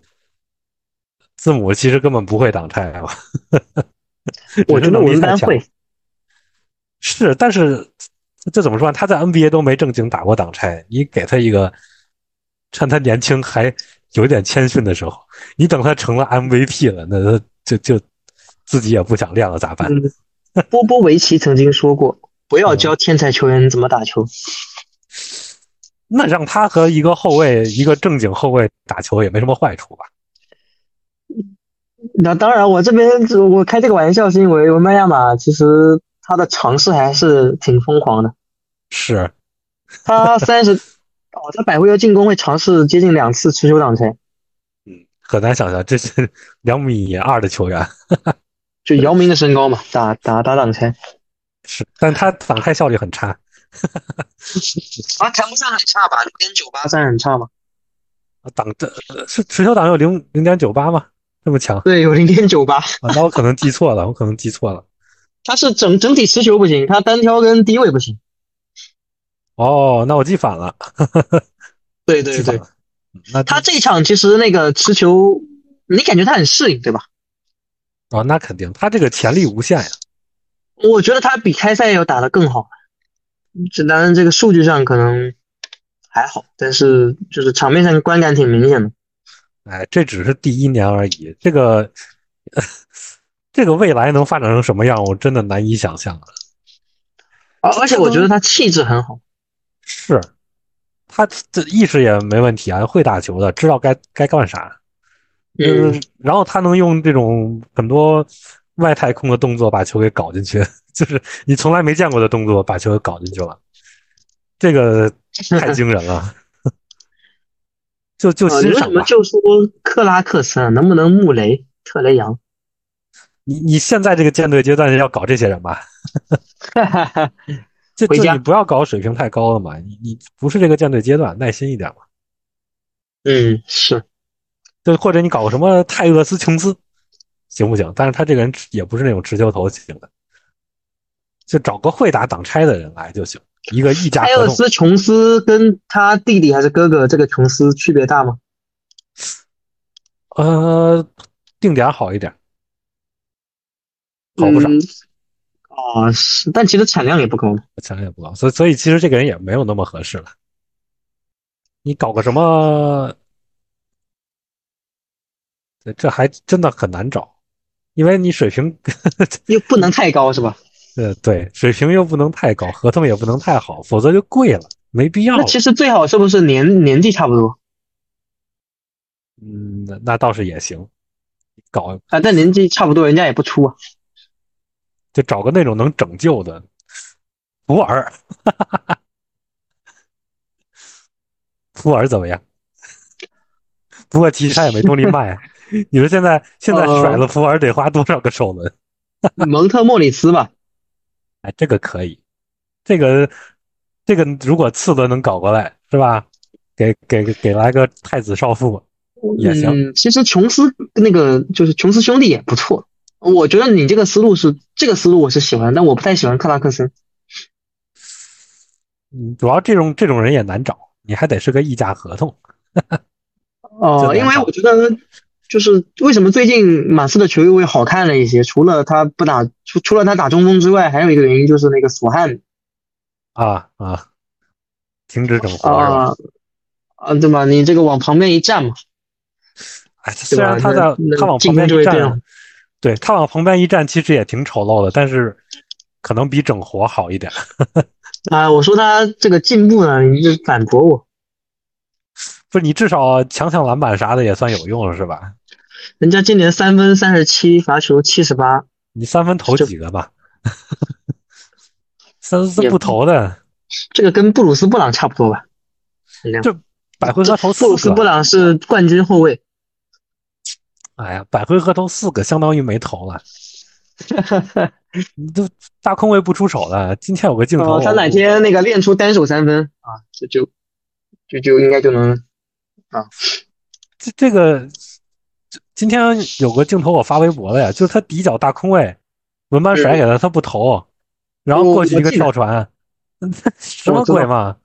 A: 字母其实根本不会挡拆 嘛。
B: 我
A: 只是
B: 觉得
A: 能力
B: 文
A: 太
B: 班
A: 强
B: 会，
A: 是，但是这怎么说呢？他在 NBA 都没正经打过挡拆，你给他一个趁他年轻还有点谦逊的时候，你等他成了 MVP 了，那那就就自己也不想练了，咋办？
B: 嗯，波波维奇曾经说过，不
A: 嗯
B: 要教天才球员怎么打球。
A: 那让他和一个后卫，一个正经后卫打球也没什么坏处吧？
B: 那当然，我这边只我开这个玩笑是因为文班亚马其实他的尝试还是挺疯狂的。
A: 是，
B: 他三十，哦，他百回合进攻会尝试接近两次持球挡拆，
A: 嗯，很难想象这是 两米二的球员，
B: 就姚明的身高嘛，打打打挡拆
A: 是，但他挡拆效率很差。
B: 啊，谈不上很差吧，零点九八三很差嘛。
A: 啊挡这是持球挡有零零点九八吗？这么强？
B: 对，有零点九八，
A: 啊那我可能记错了，我可能记错了。
B: 他是整整体持球不行，他单挑跟低位不行。
A: 哦，那我记反了，
B: 对
A: 记反，了。嗯那
B: 他这一场其实那个持球，你感觉他很适应，对吧？
A: 哦，那肯定，他这个潜力无限呀。
B: 我觉得他比开赛要打得更好，这当然这个数据上可能还好，但是就是场面上观感挺明显的。
A: 哎，这只是第一年而已，这个 这个未来能发展成什么样，我真的难以想象。
B: 而而且我觉得他气质很好，
A: 是，他这意识也没问题啊，会打球的，知道该该干啥。
B: 嗯，，
A: 然后他能用这种很多外太空的动作把球给搞进去， 就是你从来没见过的动作把球给搞进去了，这个太惊人了。 就就
B: 呃，你
A: 欣
B: 为什
A: 赏
B: 么
A: 吧，
B: 就说克拉克森啊能不能穆雷、特雷杨？
A: 你你现在这个舰队阶段要搞这些人 吧，就
B: 回
A: 就
B: 家
A: 你不要搞水平太高了嘛，你你不是这个舰队阶段，耐心一点嘛。
B: 嗯，是，
A: 对，或者你搞个什么泰厄斯琼斯，行不行？但是他这个人也不是那种持球头型的，就找个会打挡拆的人来就行。一个溢价
B: 埃
A: 合
B: 尔
A: 同，
B: 斯琼斯跟他弟弟还是哥哥这个琼斯区别大吗？
A: 呃，定点好一点，好不少，
B: 嗯哦，是，但其实产量也不高嘛。
A: 强也不高，所以所以其实这个人也没有那么合适了。你搞个什么？这这还真的很难找，因为你水平，
B: 又不能太高是吧？
A: 呃，对，水平又不能太高，合同也不能太好，否则就贵了，没必要
B: 那
A: 了。
B: 其实最好是不是年年纪差不多
A: 嗯，那那倒是也行，搞
B: 啊？但年纪差不多，人家也不出啊。
A: 就找个那种能拯救的，普洱， 普洱怎么样？不过其实他也没动力卖啊， 你说现在现在甩
B: 哦
A: 了普洱得花多少个首轮？
B: 蒙特莫里斯吧，
A: 哎，这个可以，这个这个如果次轮能搞过来是吧？给给给来个太子少妇 也行，
B: 嗯，其实琼斯那个就是琼斯兄弟也不错，我觉得你这个思路是这个思路我是喜欢，但我不太喜欢克拉克森。
A: 嗯，主要这种这种人也难找，你还得是个溢价合同。
B: 哦、
A: 这两
B: 因为
A: 场
B: 我觉得就是为什么最近马刺的球员会好看了一些，除了他不打除除了他打中锋之外，还有一个原因就是那个索汉
A: 啊啊，停止整活是吧？
B: 啊啊，对吧？你这个往旁边一站嘛，
A: 哎，虽然他在
B: 那那
A: 他往旁
B: 进
A: 边
B: 攻就
A: 一
B: 会变
A: 站
B: 了，
A: 对他往旁边一站，其实也挺丑陋的，但是可能比整活好一点。
B: 啊，我说他这个进步呢，你就是反驳我。
A: 不是你至少抢抢篮板啥的也算有用了是吧？
B: 人家今年三分三十七，罚球七十八，
A: 你三分投
B: 是
A: 几个吧？ 三四
B: 也
A: 不投的，
B: 这个跟布鲁斯布朗差不多吧？产量
A: 这百回合投
B: 布鲁斯
A: 四
B: 布
A: 个。
B: 朗是冠军后卫，
A: 哎呀，百回合投四个，相当于没投了。你都大空
B: 呃
A: 位不出手了。今天有个镜头，
B: 哦，他哪天那个练出单手三分啊，这就就就应该就能
A: 这这个这今天有个镜头我发微博了呀，就是他底角大空位，文班甩给他，他不投，然后过去一个跳传， 什么鬼嘛？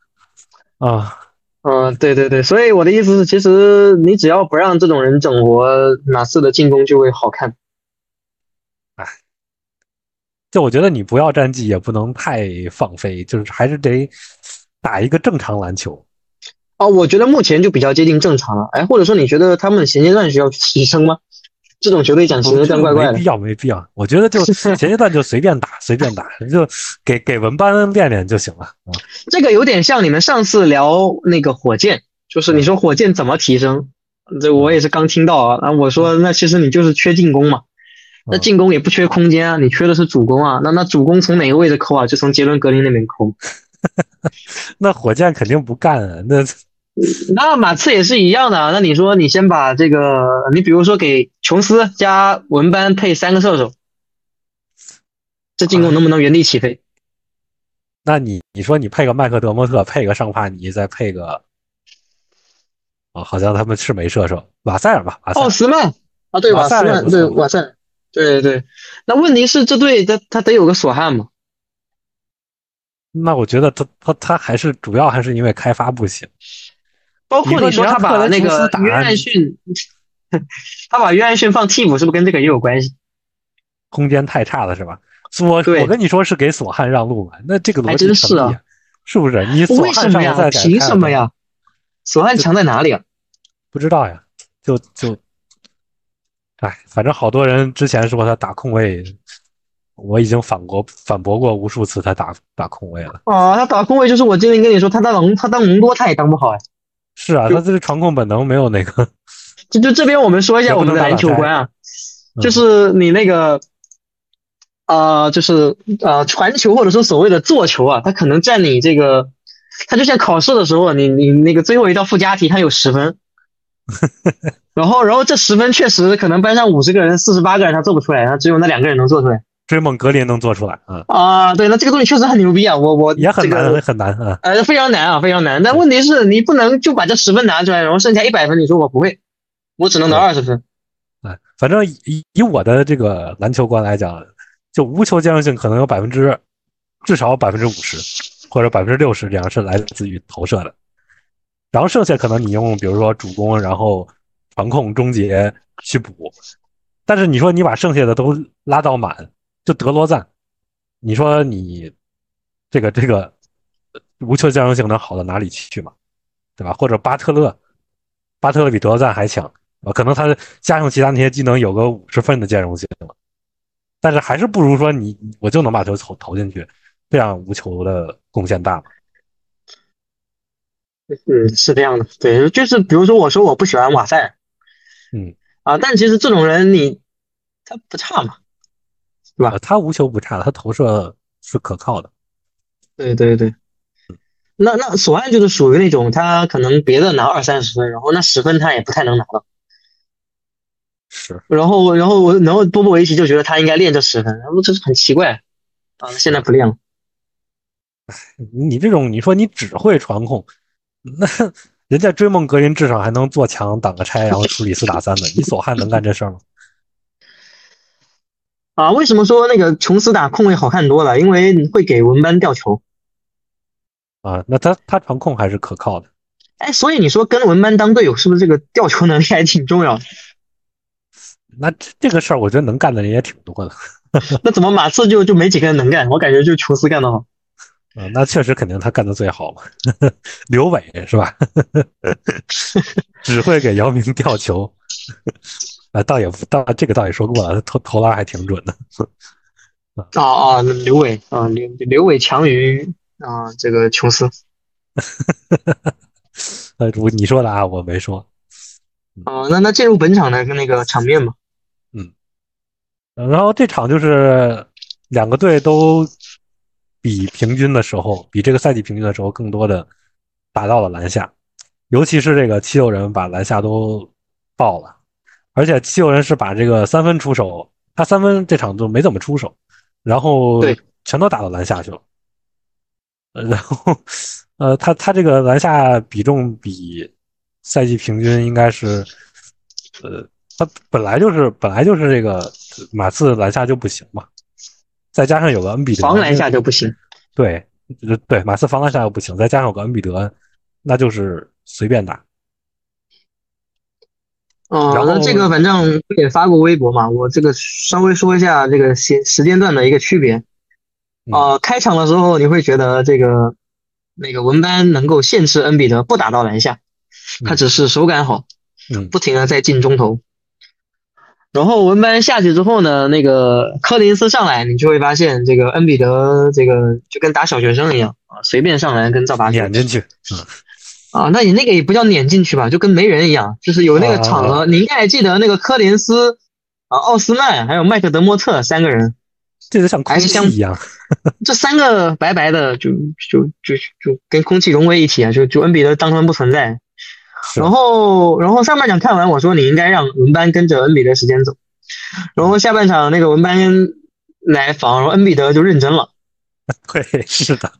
A: 啊，
B: 嗯，对对对，所以我的意思是，其实你只要不让这种人整活，马刺的进攻就会好看。
A: 就我觉得你不要战绩也不能太放飞，就是还是得打一个正常篮球。
B: 哦，我觉得目前就比较接近正常了。哎，或者说你觉得他们衔接段需要提升吗？这种球队
A: 哦
B: 讲衔接段怪怪
A: 没
B: 的
A: 必。要，没必要。我觉得 就前阶段就随便打，随便打，就给给文班练练就行了啊。
B: 这个有点像你们上次聊那个火箭，就是
A: 嗯
B: 你说火箭怎么提升，这我也是刚听到啊。然后我说
A: 嗯
B: 那其实你就是缺进攻嘛，那进攻也不缺空间啊，你缺的是主攻啊。那那主攻从哪个位置抠啊？就从杰伦格林那边抠。
A: 那火箭肯定不干啊，那
B: 那马刺也是一样的啊。那你说你先把这个，你比如说给琼斯加文班配三个射手，这进
A: 哎
B: 攻能不能原地起飞？
A: 那你你说你配个麦克德莫特，配个尚帕尼，再配个，哦，好像他们是没射手，瓦塞尔吧，瓦塞尔
B: 奥斯曼啊，对
A: 瓦
B: 瓦斯
A: 塞尔也
B: 曼，
A: 不
B: 对
A: 错
B: 瓦塞尔，对对。那问题是这队他他得有个索汉嘛？
A: 那我觉得他他他还是主要还是因为开发不行，
B: 包括你说他把那
A: 你说你让克莱琼
B: 个
A: 斯打
B: 约翰逊， 他把约翰逊放替补，是不是跟这个也有关系？
A: 空间太差了是吧？我
B: 对
A: 我跟你说是给索汉让路嘛，那这个逻
B: 还
A: 辑
B: 真
A: 成立
B: 是
A: 啊，是不是？你索
B: 为什
A: 汉
B: 么
A: 上
B: 呀
A: 个赛？季
B: 凭什么？呀？索汉强在哪里啊？
A: 不知道呀，就就，哎，反正好多人之前说他打控卫，我已经反驳反驳过无数次他打打控卫了。
B: 啊，他打空位就是我之前跟你说，他当龙，他当龙多他也当不好呀。
A: 是啊，
B: 就
A: 他这个传控本能没有那个，
B: 就就这边我们说一下
A: 也不
B: 我们的
A: 能打
B: 篮球
A: 打
B: 观啊，
A: 嗯
B: 就是你那个，呃，就是呃传球或者说所谓的做球啊，它可能占你这个，它就像考试的时候，你你那个最后一道附加题它有十 分，然后然后这十分确实可能班上五十个人四十八个人他做不出来，他只有那两个人能做出来
A: 追梦格林能做出来啊，
B: 啊、对，那这个东西确实很牛逼啊，我我
A: 也很
B: 这个
A: 难、很难啊。
B: 呃，非常难啊，非常难。但问题是你不能就把这十分拿出来，然后剩下一百分，你说我不会，我只能拿二十分。
A: 哎，反正以以我的这个篮球观来讲，就无球兼容性可能有百分之至少百分之五十或者百分之六十这样是来自于投射的，然后剩下可能你用比如说主攻，然后传控、终结去补。但是你说你把剩下的都拉到满，就德罗赞，你说你这个这个呃无球兼容性能好到哪里去嘛？对吧？或者巴特勒，巴特勒比德罗赞还强啊，可能他加上其他那些技能有个五十分的兼容性了，但是还是不如说你我就能把球投投进去，这样无球的贡献大嘛？
B: 嗯，是这样的，对，就是比如说我说我不喜欢瓦塞尔，
A: 嗯
B: 啊，但其实这种人你他不差嘛，
A: 啊，他无球不差，他投射是可靠的。
B: 对对对。那那索安就是属于那种他可能别的拿二三十分，然后那十分他也不太能拿到，
A: 是，
B: 然后然后我然后波波维奇就觉得他应该练这十分，然后这是很奇怪啊，现在不练了。
A: 你这种你说你只会传控，那人家追梦格林至少还能做墙挡个拆，然后处理四打三的，你索汉能干这事儿吗？
B: 啊，为什么说那个琼斯打控卫好看多了？因为你会给文班吊球。
A: 啊，那他他传控还是可靠的。
B: 哎，所以你说跟文班当队友，是不是这个吊球能力还挺重要的？
A: 那这这个事儿，我觉得能干的人也挺多的。
B: 那怎么马刺就就没几个人能干？我感觉就琼斯干得好。
A: 啊，那确实肯定他干的最好嘛，刘伟是吧？ 只会给姚明吊球，啊，倒也不倒这个倒也说过了，他投投篮还挺准的。
B: 啊啊，刘伟啊，刘刘伟强于啊这个琼斯
A: 呃，我你说的啊，我没说。
B: 啊。那那进入本场的那个场面吧，
A: 嗯然后这场就是两个队都比平均的时候，比这个赛季平均的时候更多的打到了篮下，尤其是这个七六人把篮下都爆了，而且七六人是把这个三分出手，他三分这场就没怎么出手，然后
B: 对
A: 全都打到篮下去了，呃然后呃，他他这个篮下比重比赛季平均应该是，呃，他本来就是本来就是这个马刺篮下就不行嘛，再加上有个恩比德，
B: 防篮下就不行。
A: 对呃对，马刺防篮下又不行，再加上有个恩比德，那就是随便打。
B: 哦，
A: 然后
B: 那这个反正不也发过微博嘛，我这个稍微说一下这个时时间段的一个区别。
A: 嗯
B: 呃，开场的时候你会觉得这个那个文班能够限制恩比德不打到篮下，他
A: 嗯
B: 只是手感好，
A: 嗯
B: 不停的在进中投。然后文班下去之后呢，那个科林斯上来，你就会发现这个恩比德这个就跟打小学生一样啊，随便上篮跟造罚球
A: 撵进去，
B: 啊，那你那个也不叫撵进去吧，就跟没人一样，就是有那个场
A: 啊
B: 合，你应该还记得那个科林斯、啊奥斯曼还有麦克德莫特三个人，
A: 这就像空
B: 还是
A: 气
B: 像
A: 一样。
B: 这三个白白的就就就就跟空气融为一体啊，就就恩比德当他们不存在。
A: 是
B: 然后然后上半场看完，我说你应该让文班跟着恩比德时间走，然后下半场那个文班来防，然后恩比德就认真了。
A: 对，是的，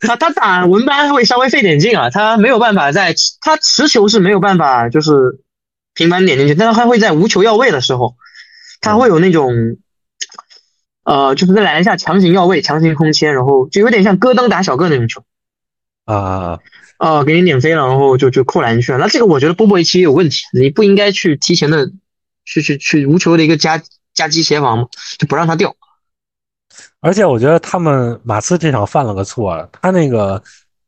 B: 他他打文班会稍微费点劲啊，他没有办法在他持球是没有办法就是频繁点进去，但是他会在无球要位的时候，他会有那种呃就是在篮下强行要位、强行空切，然后就有点像戈登打小个那种球，
A: 啊、
B: 呃给你点飞了，然后就就扣篮去了。那这个我觉得波波维奇也有问题，你不应该去提前的去去去无球的一个夹夹击协防嘛，就不让他掉。
A: 而且我觉得他们马刺这场犯了个错，啊他那个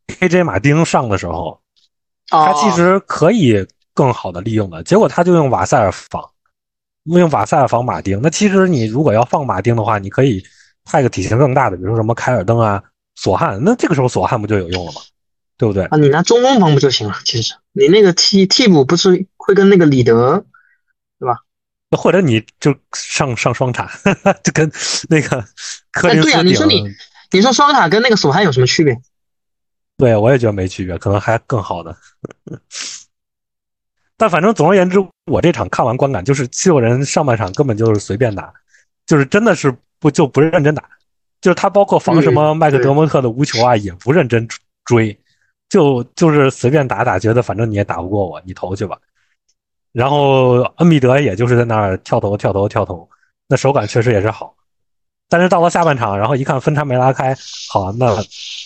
A: KJ 马丁上的时候，他
B: 啊，
A: 其实可以更好的利用的，结果他就用瓦塞尔防，用瓦塞尔防马丁。那其实你如果要放马丁的话，你可以派个体型更大的，比如说什么凯尔登啊、索汉，那这个时候索汉不就有用了吗？对不对？
B: 啊，你拿中锋防不就行了？其实你那个替替补不是会跟那个里德
A: 或者你就上上双塔， 就跟那个科林斯
B: 哎对啊
A: 顶，
B: 你说你你说双塔跟那个索汉有什么区别？
A: 对，我也觉得没区别，可能还更好的。但反正总而言之，我这场看完观感就是七六人上半场根本就是随便打，就是真的是不就不认真打，就是他包括防什么麦克德蒙特的无球啊，也不认真追，就就是随便打打，觉得反正你也打不过我，你投去吧。然后恩比德也就是在那儿跳投跳投跳投，那手感确实也是好，但是到了下半场，然后一看分差没拉开，好，那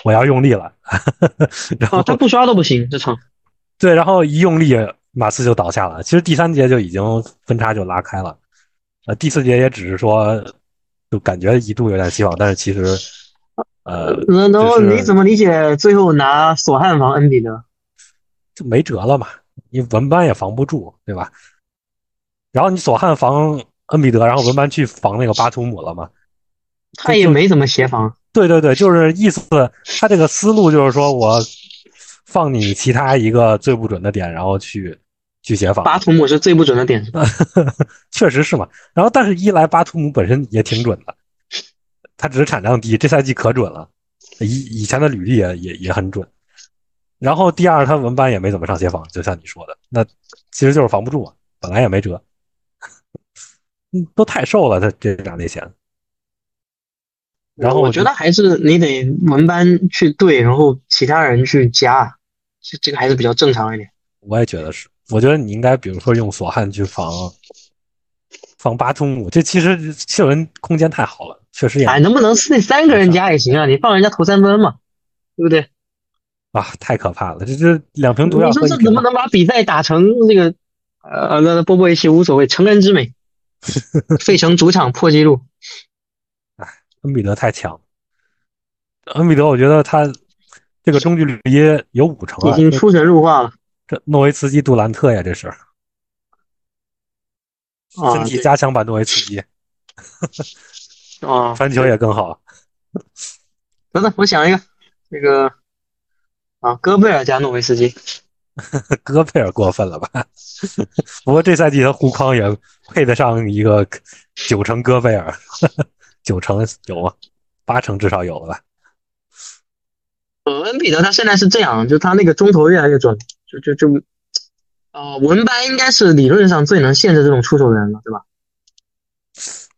A: 我要用力了，然后
B: 哦，他不刷都不行，这场。
A: 对，然后一用力，马刺就倒下了。其实第三节就已经分差就拉开了，呃，第四节也只是说，就感觉一度有点希望，但是其实，呃，
B: 然然后
A: 就是
B: 你怎么理解最后拿索汉防恩比德？
A: 就没辙了嘛，你文班也防不住，对吧？然后你索汉防恩比德，然后文班去防那个巴图姆了嘛？
B: 他也没怎么协防。
A: 对对对，就是意思，他这个思路就是说我放你其他一个最不准的点，然后去去协防。
B: 巴图姆是最不准的点，
A: 确实是嘛。然后，但是一来巴图姆本身也挺准的，他只是产量低，这赛季可准了，以以前的履历也也也很准。然后第二，他文班也没怎么上协防，就像你说的，那其实就是防不住啊，本来也没辙，嗯，都太瘦了，他这两内线。然后
B: 我觉得还是你得文班去对，然后其他人去加，这这个还是比较正常一点。
A: 我也觉得是，我觉得你应该比如说用索汉去防防巴图姆，这其实秀人空间太好了，确实也
B: 哎，能不能是三个人加也行啊？你放人家投三分嘛，对不对？
A: 啊太可怕了，这这两瓶
B: 你
A: 毒药
B: 说
A: 喝一
B: 这
A: 瓶
B: 怎么能把比赛打成这个？呃，那波波维奇无所谓，成人 之美。费城主场破纪录，
A: 恩比德太强了，恩比德我觉得他这个中距离有五成
B: 已
A: 啊，
B: 经
A: 这
B: 出神入化了
A: 这诺维茨基、杜兰特呀，这是
B: 啊！
A: 身体加强版诺维茨基，
B: 对啊，
A: 传球也更好。
B: 等等，我想一个，那个啊，戈贝尔加诺维斯基，
A: 戈贝尔过分了吧？ 不过这赛季他护框也配得上一个九成戈贝尔， 九成有吗？八成至少有了吧？
B: 呃，恩比德他现在是这样，就他那个中投越来越准，就就就，呃，文班应该是理论上最能限制这种出手的人了，对吧？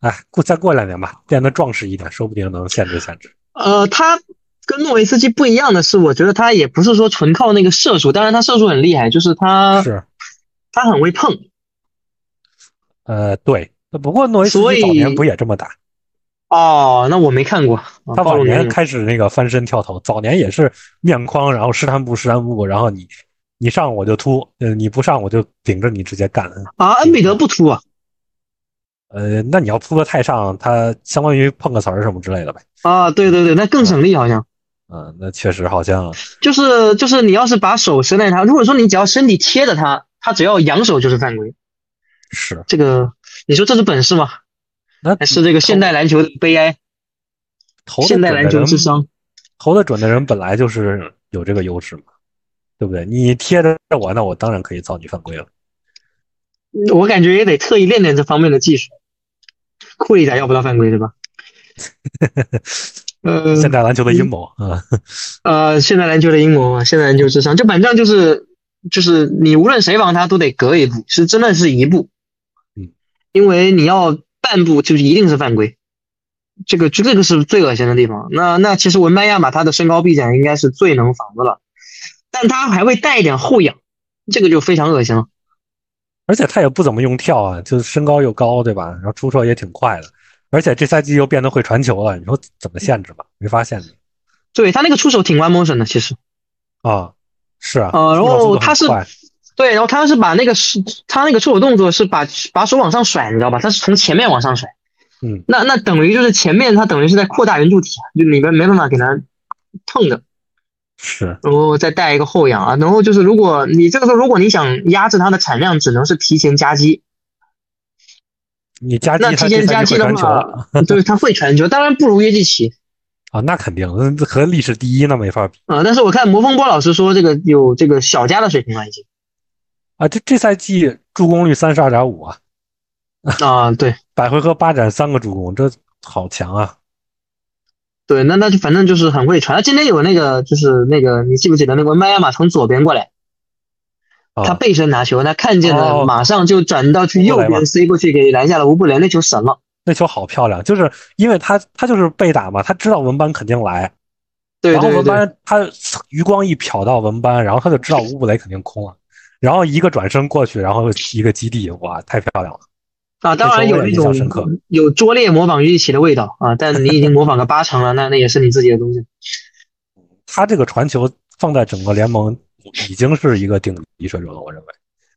A: 哎，过再过两年吧，变得壮实一点，说不定能限制限制。
B: 呃，他跟诺维斯基不一样的是，我觉得他也不是说纯靠那个射术，当然他射术很厉害，就是他
A: 是
B: 他很会碰。
A: 呃对，不过诺维斯
B: 所
A: 基
B: 以
A: 早年不也这么打？
B: 哦，那我没看过，啊
A: 他
B: 暴
A: 晚
B: 露年
A: 年
B: 龄。
A: 开始那个翻身跳投，早年也是面框，然后试探步试探步，然后你你上我就突，呃你不上我就顶着你直接干。
B: 啊，恩比德不突啊，
A: 呃，那你要扑的太上，他相当于碰个瓷儿什么之类的呗。
B: 啊，对对对，那更省力好像。
A: 嗯、那确实好像
B: 就是就是你要是把手伸在他，如果说你只要身体贴着他，他只要扬手就是犯规。
A: 是。
B: 这个你说这是本事吗？
A: 那
B: 还是这个现代篮球的悲哀？
A: 投的
B: 现代
A: 准
B: 篮
A: 的
B: 球
A: 人
B: 智商
A: 投的准的人本来就是有这个优势嘛，对不对？你贴着我，那我当然可以造你犯规了。
B: 我感觉也得特意练练这方面的技术。库里咋要不到犯规 对吧？呃
A: 现代篮球的阴谋啊、嗯
B: 呃，现代篮球的阴谋啊，现代篮球智商，就反正就是就是你无论谁防他都得隔一步，是真的是一步，
A: 嗯，
B: 因为你要半步就是一定是犯规，这个就这个是最恶心的地方。那那其实文班亚马他的身高臂展应该是最能防的了，但他还会带一点后仰，这个就非常恶心了。
A: 而且他也不怎么用跳啊，就是身高又高，对吧？然后出手也挺快的，而且这赛季又变得会传球了，你说怎么限制吧？没法限制
B: 对他那个出手挺 one motion 的，其实，
A: 啊，是啊，
B: 呃，然
A: 出手速度
B: 后
A: 很
B: 他是
A: 快
B: 对，然后他是把那个是他那个出手动作是把把手往上甩，你知道吧？他是从前面往上甩，
A: 嗯，
B: 那那等于就是前面他等于是在扩大圆柱体，啊就里边没办法给他蹭的，
A: 是
B: 然后再带一个后仰啊，然后就是如果你这个时候如果你想压制他的产量，只能是提前夹击，
A: 你夹击
B: 那
A: 他
B: 提
A: 这
B: 前
A: 赛
B: 夹
A: 季
B: 击
A: 会
B: 的
A: 传球了
B: 话， 对他会传球，当然不如约基奇
A: 啊，那肯定嗯和历史第一那没法比
B: 啊、但是我看魔风波老师说这个有这个小加的水平了已经
A: 啊。这这赛季助攻率三十二点五啊，
B: 啊、对。
A: 百回合八展三个助攻，这好强啊！
B: 对，那那就反正就是很会传。今天有那个就是那个，你记不记得那个麦亚马从左边过来，
A: 啊
B: 他背身拿球，他看见
A: 哦
B: 了，马上就转到去右
A: 乌布雷
B: 边
A: 吗
B: 塞过去给拦下了，吴布雷那球神了。
A: 那球好漂亮，就是因为他他就是被打嘛，他知道文班肯定来，
B: 对
A: 然后
B: 对
A: 文
B: 对，
A: 班他余光一瞟到文班，然后他就知道乌布雷肯定空了，然后一个转身过去，然后一个基地，哇，太漂亮了！
B: 啊，当然有那
A: 这球我
B: 种
A: 也印象深刻
B: 有拙劣模仿约基奇的味道啊，但你已经模仿个八成了，那那也是你自己的东西。
A: 他这个传球放在整个联盟已经是一个顶级水准了，我认为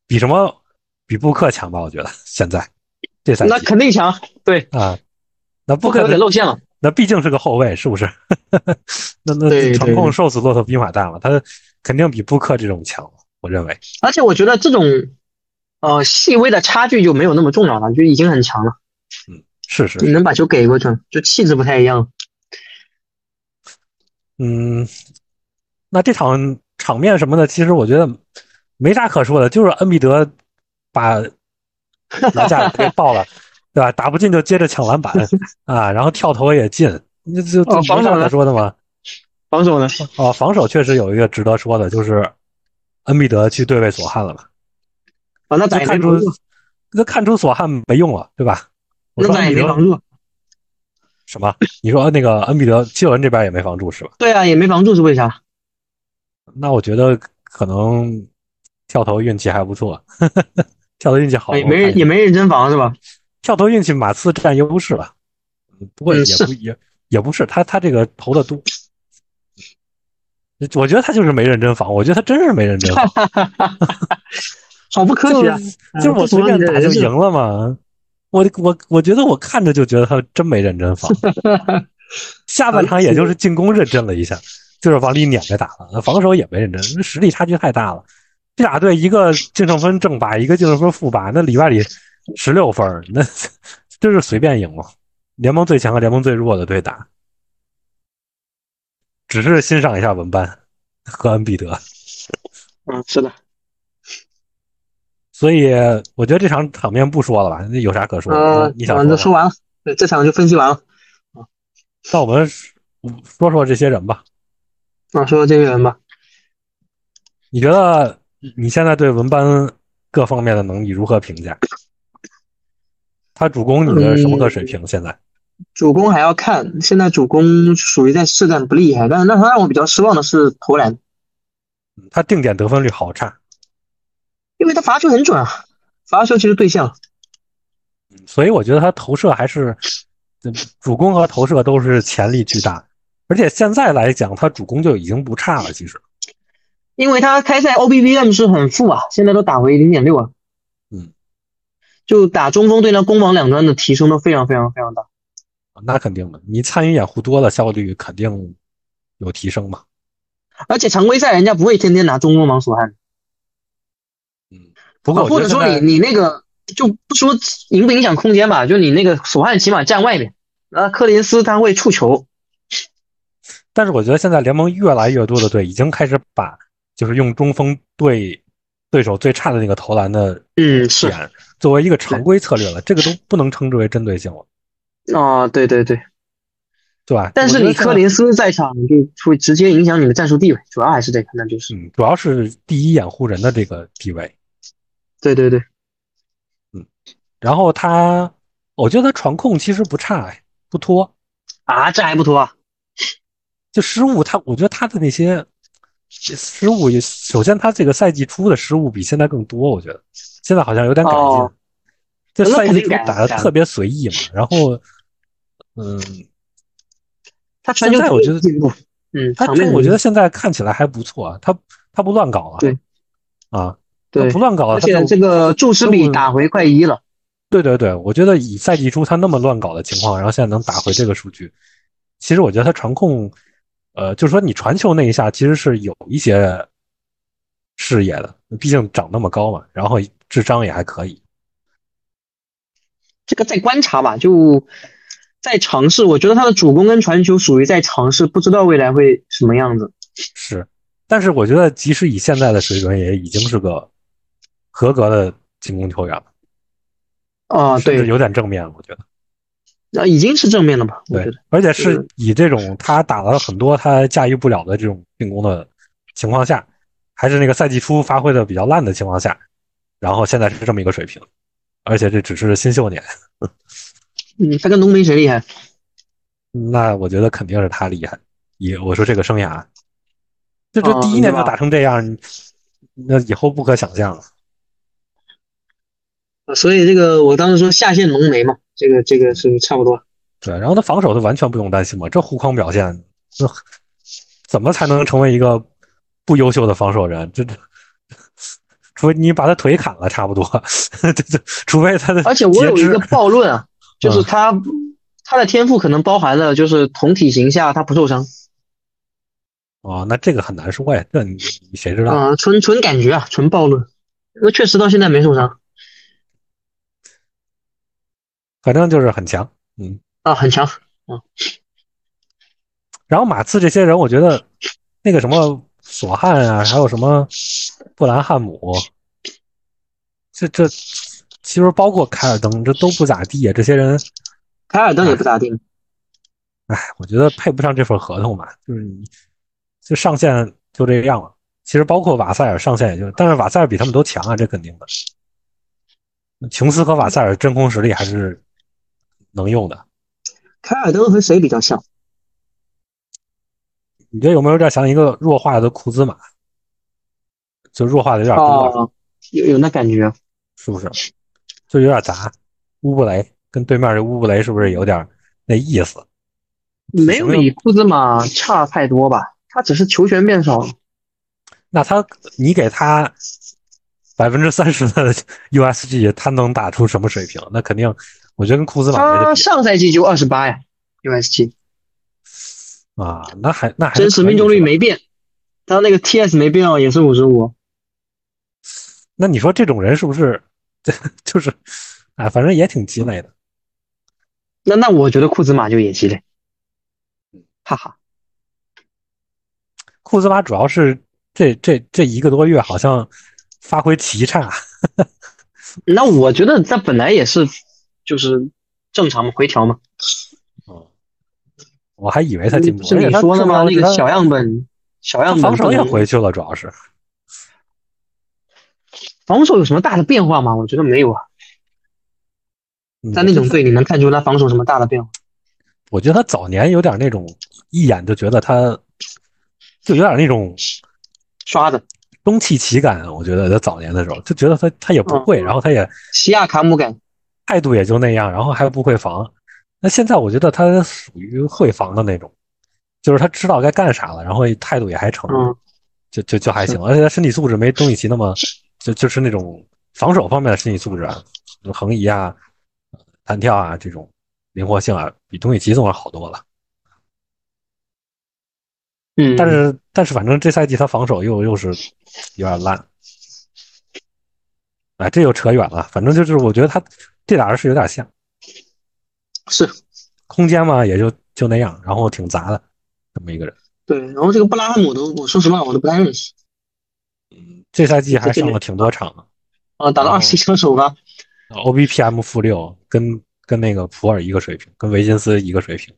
A: 比什么比布克强吧？我觉得现在这赛季
B: 那肯定强，对，
A: 啊，那布
B: 不可
A: 克
B: 能给
A: 的
B: 露馅了。
A: 那毕竟是个后卫，是不 是？那那
B: 对
A: 传
B: 对
A: 控瘦死骆驼比马大嘛，他肯定比布克这种强，我认为。
B: 而且我觉得这种呃细微的差距就没有那么重要了，就已经很强了。
A: 是是，
B: 你能把球给过去，就气质不太一样。
A: 嗯，那这场场面什么的，其实我觉得没啥可说的，就是恩比德把篮下 给爆了，对吧？打不进就接着抢篮板啊，然后跳投也进，那就就
B: 哦防
A: 没
B: 守
A: 啥可
B: 呢
A: 说的嘛。
B: 防守呢？
A: 哦，防守确实有一个值得说的，就是恩比德去对位索汉了嘛，
B: 啊，那
A: 就
B: 咋也没
A: 看
B: 防
A: 出
B: 住，
A: 就看出索汉没用了，对吧？我
B: 那
A: 说
B: 咋
A: 恩
B: 也
A: 比
B: 没
A: 德
B: 防住。
A: 什么？你说那个恩比德基伦这边也没防住是吧？
B: 对啊，也没防住是为啥？
A: 那我觉得可能跳投运气还不错， 跳投运气好，
B: 也
A: 我
B: 没
A: 看一
B: 人
A: 下
B: 也没认真防是吧？
A: 跳投运气马刺占优势吧。嗯不过也
B: 嗯
A: 不
B: 是
A: 也也不是他他这个投的多，我觉得他就是没认真防，我觉得他真是没认真防，
B: 好不科
A: 就
B: 学啊！
A: 就是我随便打就赢
B: 了。
A: 了嘛。我我我觉得我看着就觉得他真没认真防，下半场也就是进攻认真了一下，就是往里撵着打了，防守也没认真，那实力差距太大了。这俩队一个净胜分正八，一个净胜分负八，那里外里十六分儿，那 真是随便赢了。联盟最强和联盟最弱的队打，只是欣赏一下文班和恩比德。
B: 嗯，是的。
A: 所以我觉得这场场面不说了吧，那有啥可说的？
B: 呃，
A: 你想
B: 嗯
A: 说
B: 这
A: 吗
B: 说完了，对，这场就分析完了。
A: 那我们说说这些人吧。
B: 啊，说说这个人吧。
A: 你觉得你现在对文班各方
B: 嗯
A: 面的能力如何评价？他主攻你的什么个水平？现在
B: 主攻还要看，现在主攻属于在势战不厉害，但是让他让我比较失望的是投篮，
A: 他定点得分率好差，
B: 因为他罚球很准啊，罚球其实对象，
A: 所以我觉得他投射还是呃主攻和投射都是潜力巨大。而且现在来讲，他主攻就已经不差了。其实，
B: 因为他开赛 OBVM 是很负啊，现在都打回零点六啊，
A: 嗯，
B: 就打中锋对那攻防两端的提升都非常非常非常大。
A: 那肯定的，你参与掩护多了，效率肯定有提升嘛。
B: 而且常规赛人家不会天天拿中锋防守汉，
A: 嗯，不过
B: 啊
A: 我
B: 或
A: 觉
B: 者
A: 得
B: 说
A: 现在
B: 你你那个就不说影不影响空间吧，就你那个索汉起码站外面，然后柯林斯他会触球，
A: 但是我觉得现在联盟越来越多的队已经开始把就是用中锋对对手最差的那个投篮的
B: 嗯是
A: 点作为一个常规策略了，这个都不能称之为针对性了，
B: 啊、对对对，
A: 对吧？
B: 但是
A: 我觉
B: 你
A: 得现在
B: 柯林斯在场就会直接影响你的战术地位，主要还是这个，那就是
A: 嗯，主要是第一掩护人的这个地位，
B: 对对对，
A: 然后他，我觉得他传控其实不差，哎，不拖，
B: 啊这还不多啊，
A: 就失误他，我觉得他的那些失误也，首先他这个赛季初的失误比现在更多，我觉得现在好像有点改进，
B: 哦
A: 就赛
B: 那肯
A: 季
B: 定
A: 初
B: 改了
A: 打的
B: 改了
A: 特别随意嘛，然后，嗯，
B: 他传球
A: 现在我觉得
B: 进步，嗯，
A: 他
B: 场面
A: 我觉得现在看起来还不错，啊他他不乱搞了，
B: 对，
A: 啊，他
B: 对
A: 不，乱搞了，
B: 而
A: 他
B: 且
A: 就
B: 这个注视比打回快一了，
A: 对对对，我觉得以赛季初他那么乱搞的情况，然后现在能打回这个数据，其实我觉得他传控，呃，就是说你传球那一下其实是有一些视野的，毕竟长那么高嘛，然后智商也还可以。
B: 这个在观察吧，就在尝试，我觉得他的主攻跟传球属于在尝试，不知道未来会什么样子。
A: 是，但是我觉得即使以现在的水准，也已经是个合格的进攻球员了，
B: 啊，
A: 甚至
B: 对，
A: 有点正面了，我觉得。
B: 那已经是正面了吧？我觉
A: 对
B: 得，，
A: 而且是以这种他打了很多他驾驭不了的这种进攻的情况下，还是那个赛季初发挥的比较烂的情况下，然后现在是这么一个水平，而且这只是新秀年，
B: 嗯，他跟浓眉谁厉害？
A: 那我觉得肯定是他厉害。也我说这个生涯，这这
B: 嗯
A: 第一年
B: 对
A: 就
B: 吧
A: 打成这样，你那以后不可想象了。
B: 呃所以这个我当时说下线浓眉嘛，这个这个是差不多。
A: 对，然后他防守他完全不用担心嘛，这护框表现，这怎么才能成为一个不优秀的防守人？这，这 除非你把他腿砍了，差不多， 这这，除非他的
B: 而且我有一
A: 截
B: 个
A: 肢
B: 暴论啊，就是
A: 嗯
B: 他、他的天赋可能包含了就是同体型下他不受伤
A: 哦，那这个很难说呀，这你你谁知道？
B: 啊、纯纯感觉啊，纯暴论。那确实到现在没受伤
A: 反正就是很强，嗯。
B: 啊，很强。
A: 然后马刺这些人，我觉得那个什么索汉啊，还有什么布兰汉姆，这这其实包括凯尔登，这都不咋地啊呀，这些人。
B: 凯尔登也不咋
A: 嗯
B: 地，
A: 哎，我觉得配不上这份合同吧，就是你，就上限就这样了。其实包括瓦塞尔上限也就，但是瓦塞尔比他们都强啊，这肯定的。琼斯和瓦塞尔真空实力还是能用的。
B: 凯尔登和谁比较像？
A: 你觉得有没有点像一个弱化的库兹马？就弱化的有点多了，
B: 哦，有有那感觉。啊
A: 是不是？就有点杂。乌布雷跟对面这乌布雷是不是有点那意思？
B: 没有比库兹马差太多吧？他只是球权变少了。
A: 那他你给他百分之三十的 USG，他能打出什么水平？那肯定，我觉得跟库兹马没得
B: 他
A: 比
B: 上赛季就二十八呀，USG
A: 啊，那还那还
B: 真实命中率
A: 可以。
B: 没变，他那个 TS 没变哦，也是五十五。
A: 那你说这种人是不是 就是啊？反正也挺鸡肋的。
B: 那那我觉得库兹马就也鸡肋，
A: 嗯
B: 哈哈。
A: 库兹马主要是这这这一个多月好像发挥奇差，
B: 那我觉得他本来也是，就是正常嘛，回调嘛。
A: 我还以为他进步
B: 不
A: 了，
B: 是你说的吗？那个小样本，小
A: 他
B: 样本
A: 防守
B: 本
A: 也
B: 来
A: 回去了，主要是
B: 防守有什么大的变化吗？我觉得没有啊，
A: 嗯
B: 在那
A: 就
B: 种
A: 是
B: 队你能看出他防守什么大的变化？
A: 我觉得他早年有点那种一眼就觉得他就有点那种
B: 刷的
A: 中气旗感，我觉得他早年的时候就觉得他他也不会，
B: 嗯
A: 然后他也
B: 西亚卡姆感，
A: 态度也就那样，然后还不会防。那现在我觉得他属于会防的那种，就是他知道该干啥了，然后态度也还成，
B: 嗯
A: 就就就还行，而且他身体素质没东契奇那么，就就是那种防守方面的身体素质啊，横移啊、呃弹跳啊这种灵活性啊，比东契奇总要好多了。
B: 嗯，
A: 但是但是反正这赛季他防守又又是有点烂，哎，这又扯远了。反正就是我觉得他这俩人是有点像，
B: 是
A: 空间嘛也就就那样，然后挺杂的这么一个人。
B: 对，然后这个布拉汉姆我都，我说实话我都不太认识
A: 这赛季还上了挺多场
B: 啊，打了
A: 哦
B: 二十一场首发，
A: ，OBPM 负六，跟跟那个普尔一个水平，跟维金斯一个水平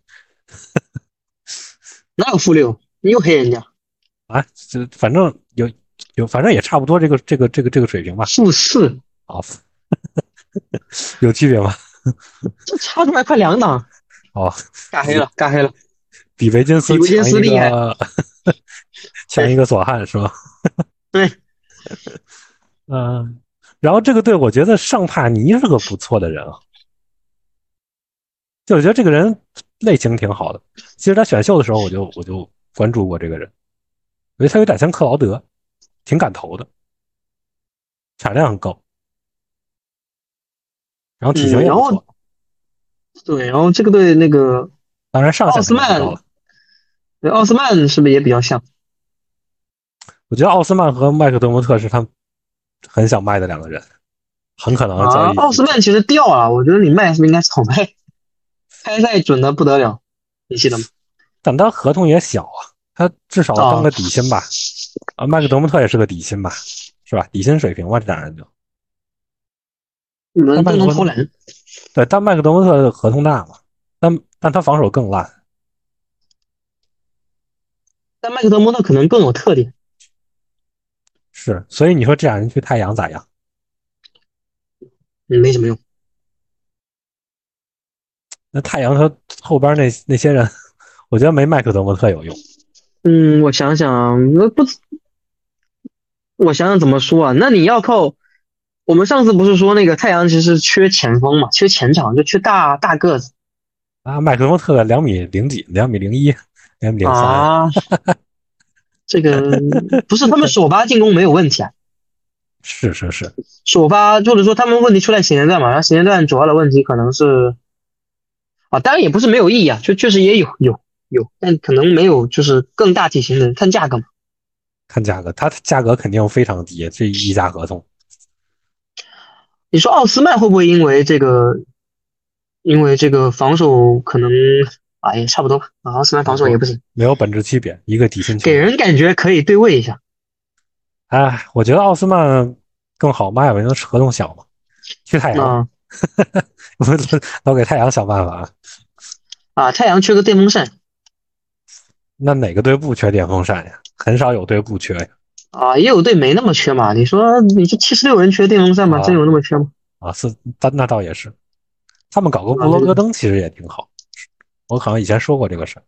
B: 哪有负六？你又黑人家，
A: 啊，这反正有有，反正也差不多这个这个这个这个水平吧。
B: 负四，
A: 啊， 有区别吗？
B: 这差出来快两档，
A: 哦，
B: 尬黑了，尬黑了，
A: 比维金斯
B: 比维金斯
A: 强一
B: 厉害
A: 个， 强一个左汉是吧？
B: 对，
A: 嗯，然后这个队，我觉得尚帕尼是个不错的人啊，就我觉得这个人类型挺好的。其实他选秀的时候，我就我就关注过这个人，我觉得他有点像克劳德，挺敢投的，产量很高，然后体型
B: 嗯
A: 也
B: 然
A: 不
B: 后
A: 错。
B: 对，然后这个队那个
A: 当然上限
B: 奥斯曼
A: 不高了
B: 对奥斯曼是不是也比较像？
A: 我觉得奥斯曼和麦克德蒙特是他们很想卖的两个人，很可能交
B: 啊
A: 易。，
B: 奥斯曼其实掉了，我觉得你卖是不是应该炒卖？开赛准的不得了，你记得吗？
A: 但他合同也小啊，他至少当个底薪吧。啊，麦克德蒙特也是个底薪吧，是吧？底薪水平吧，这两人就
B: 你们
A: 他
B: 不
A: 卖
B: 能
A: 多
B: 偷懒，
A: 对。但麦克德蒙特合同大嘛，但但他防守更烂。
B: 但麦克德蒙特可能更有特点。
A: 是，所以你说这俩人去太阳咋样？
B: 嗯，没什么用。
A: 那太阳他后边那那些人，我觉得没麦克德蒙特有用。
B: 嗯，我想想，那不，我想想怎么说啊？那你要靠，我们上次不是说那个太阳其实缺前锋嘛，缺前场，就缺大大个子
A: 啊，麦克德蒙特两米零几，两米零一，两米零三。
B: 啊。这个不是他们首发进攻没有问题啊，
A: 是是是，
B: 首发或者说他们问题出在前阶段嘛，然后前阶段主要的问题可能是，啊，当然也不是没有意义啊，就确实也有有有，但可能没有就是更大体型的人看价格嘛。
A: 看价格，他价格肯定非常低，这溢价合同。
B: 你说奥斯曼会不会因为这个，因为这个防守可能啊也差不多吧，啊奥斯曼防守也不行，
A: 没有本质区别，一个底薪球
B: 给
A: 员。
B: 人感觉可以对位一下。
A: 哎，我觉得奥斯曼更好卖吧，因为合同小嘛。去太阳，
B: 啊
A: 我老给太阳想办法。
B: 啊，太阳缺个电风扇
A: 那哪个队不缺电风扇呀？很少有队不缺呀。
B: 啊，也有队没那么缺嘛。你说你这七十六人缺电风扇吗？
A: 啊
B: 真有那么缺吗？
A: 啊，是，但那倒也是。他们搞个布罗格登其实也挺好。我好像以前说过这个事儿。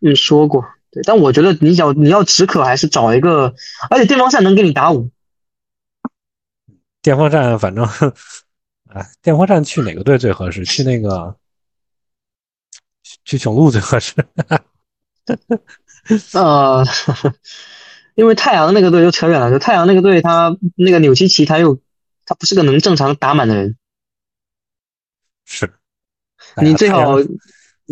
B: 嗯，说过。对，但我觉得你要你要止渴，还是找一个，而且电风扇能给你打五，
A: 电风扇，反正，哎，电风扇去哪个队最合适？去那个，去雄鹿最合适。
B: 呃， 因为太阳那个队就扯远了，就太阳那个队他那个纽西奇他又他不是个能正常打满的人，
A: 是，哎呀
B: 你最
A: 太阳
B: 好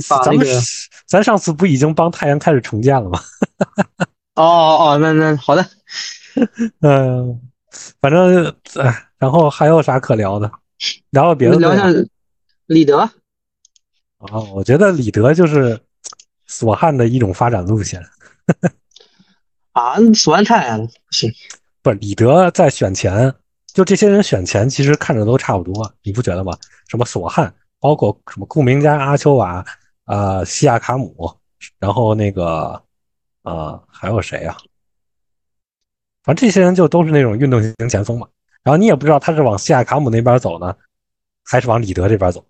B: 把
A: 咱
B: 那
A: 们
B: 个
A: 是咱上次不已经帮太阳开始重建了吗？
B: 哦哦哦，那那好的，
A: 嗯、反正哎，然后还有啥可聊的？聊聊别
B: 我
A: 的
B: 们
A: 队啊
B: 聊一
A: 吧
B: 下里德。
A: 啊，我觉得里德就是索汉的一种发展路线。
B: 啊，索安太阳了，不行，
A: 不是里德在选前，就这些人选前其实看着都差不多，啊你不觉得吗？什么索汉，包括什么库明加、阿丘瓦、啊西亚卡姆，然后那个呃还有谁呀、反正这些人就都是那种运动型前锋嘛。然后你也不知道他是往西亚卡姆那边走呢，还是往里德这边走。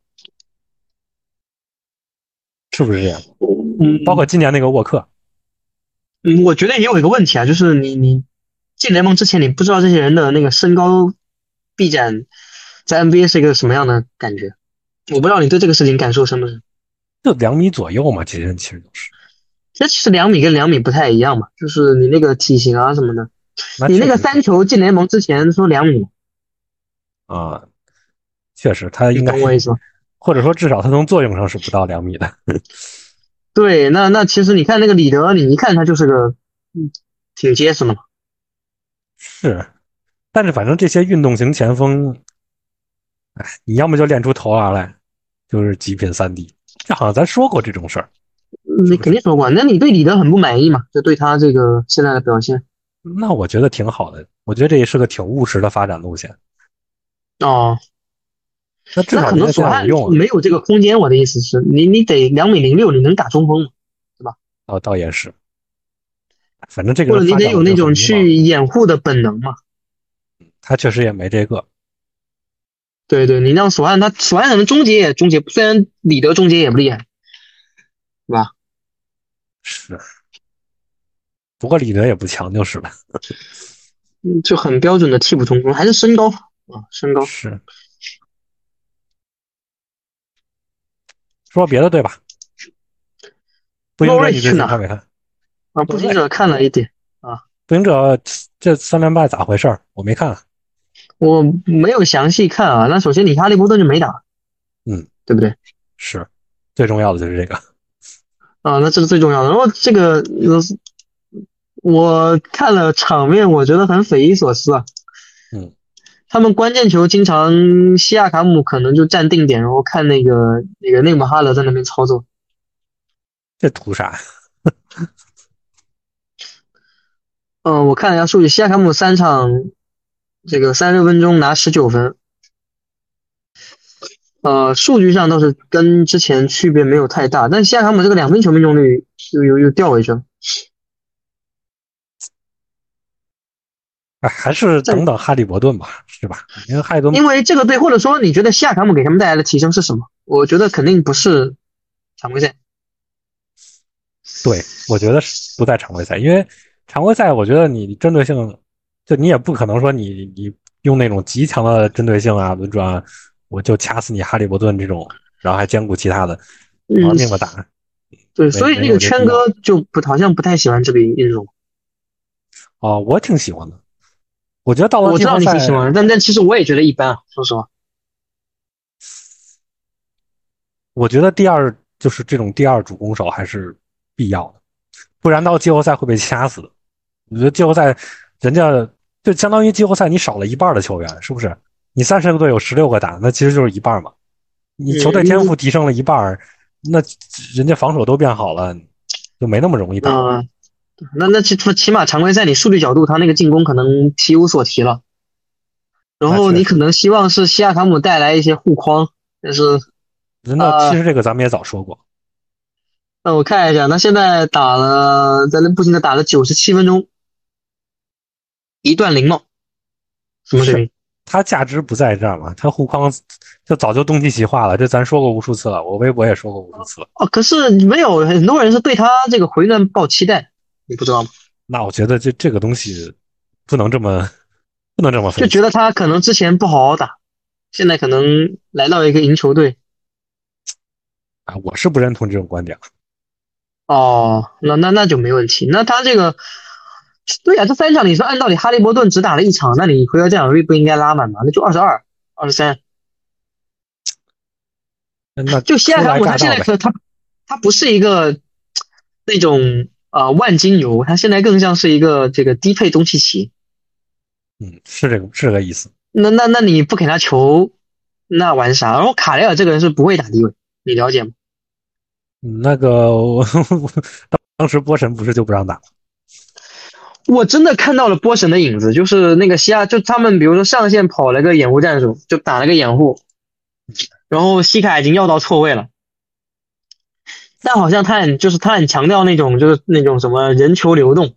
A: 是不是这样？
B: 嗯，
A: 包括今年那个沃克，
B: 嗯，我觉得也有一个问题啊，就是你你进联盟之前，你不知道这些人的那个身高臂展在 NBA 是一个什么样的感觉。我不知道你对这个事情感受深不深？
A: 就两米左右嘛，其实其实都是。
B: 这其实两米跟两米不太一样嘛，就是你那个体型啊什么的。你那个
A: 确实
B: 三球进联盟之前说两米，
A: 啊，确实他
B: 你
A: 应该
B: 懂，我意思吗？
A: 或者说至少他从作用上是不到两米的。
B: 对，那那其实你看那个李德，你一看他就是个嗯挺结实的嘛。
A: 是，但是反正这些运动型前锋，哎，你要么就练出头儿来，就是极品三 D。这好像咱说过这种事儿。
B: 你肯定说过，那你对李德很不满意嘛？就对他这个现在的表现。
A: 那我觉得挺好的，我觉得这也是个挺务实的发展路线。
B: 哦，
A: 那至
B: 那
A: 少
B: 可
A: 人家
B: 能
A: 这
B: 索
A: 样
B: 汉
A: 有用啊。
B: 没有这个空间。我的意思是你你得两米零六，你能打中锋吗？
A: 哦，倒也是，反正这个
B: 或者
A: 人
B: 你
A: 发
B: 得
A: 展
B: 有
A: 我
B: 那
A: 就很
B: 种
A: 迷茫
B: 去掩护的本能嘛？
A: 他确实也没这个。
B: 对对，你让索汉他索汉可能终结也终结不，虽然李德终结也不厉害，
A: 是，不过李德也不强就是了。
B: 嗯就很标准的替补中锋，还是身高啊，身高。
A: 是，说别的对吧？步行者
B: Norwich
A: 你最
B: 去
A: 近
B: 哪
A: 看没看？
B: 啊，步行者看了一点，
A: 步行者这三连败咋回事儿？我没看。啊
B: 我没有详细看啊。那首先你哈利波特就没打，
A: 嗯，
B: 对不对？
A: 是，最重要的就是这个。
B: 啊，那这是最重要的。然后这个，呃我看了场面，我觉得很匪夷所思啊。
A: 嗯，
B: 他们关键球经常西亚卡姆可能就站定点，然后看那个那个内姆哈勒在那边操作。
A: 这图啥？
B: 嗯，我看了一下数据，西亚卡姆三场这个三十分钟拿十九分，呃，数据上倒是跟之前区别没有太大，但西亚卡姆这个两分球命中率又又又掉回去了。
A: 哎，还是等等哈利伯顿吧，是吧？因为哈利伯顿
B: 因为这个队，或者说你觉得西亚卡姆给他们带来的提升是什么？我觉得肯定不是常规赛。
A: 对，我觉得是不在常规赛，因为常规赛我觉得你针对性，就你也不可能说你你用那种极强的针对性啊轮转啊，我就掐死你哈利伯顿这种，然后还兼顾其他的，然后
B: 嗯
A: 命的打。
B: 对，
A: 啊没
B: 所以那个圈哥就不好像不太喜欢这个运动。
A: 哦，我挺喜欢的。我觉得到了
B: 我
A: 季
B: 知
A: 后
B: 道你
A: 哦赛啊
B: 挺，喜欢，但但其实我也觉得一般啊，说实话。
A: 我觉得第二就是这种第二主攻手还是必要的，不然到季后赛会被掐死的。我觉得季后赛人家就相当于季后赛你少了一半的球员，是不是？你三十个队有十六个打，那其实就是一半嘛。你球队
B: 嗯
A: 天赋提升了一半儿，那人家防守都变好了，就没那么容易打。
B: 嗯，那那起起码常规赛你数据角度，他那个进攻可能提无所提了。然
A: 啊那
B: 后
A: 确实
B: 你可能希望是西亚卡姆带来一些护框，但是啊
A: 那其实这个咱们也早说过，
B: 那我看一下，他现在打了在那步行者打了九十七分钟，一段零帽，什么水平？
A: 它价值不在这儿嘛，它护框就早就东契奇化了，这咱说过无数次了，我微博也说过无数次了。
B: 哦，可是没有很多人是对他这个回暖抱期待，你不知道吗？
A: 那我觉得这这个东西不能这么不能这么
B: 就
A: 分析，
B: 觉得他可能之前不好好打，现在可能来到一个赢球队。
A: 啊，我是不认同这种观点。
B: 哦，那那那就没问题。那他这个，对呀、这三场你说按道理哈利伯顿只打了一场，那你回合占有率不应该拉满吗？那就二十二、二十三。啊
A: 那
B: 就西亚卡姆他现在
A: 初来乍到呗
B: 可他他不是一个那种啊、呃万金油，他现在更像是一个这个低配东契奇。
A: 嗯，是这个是这个意思。
B: 那那那你不给他球，那玩啥？然后卡莱尔这个人是不会打低位，你了解吗？
A: 嗯那个我当当时波神不是就不让打，
B: 我真的看到了波神的影子，就是那个西亚，就他们比如说上线跑了个掩护战术，就打了个掩护，然后西卡已经要到错位了，但好像他很就是他很强调那种就是那种什么人球流动，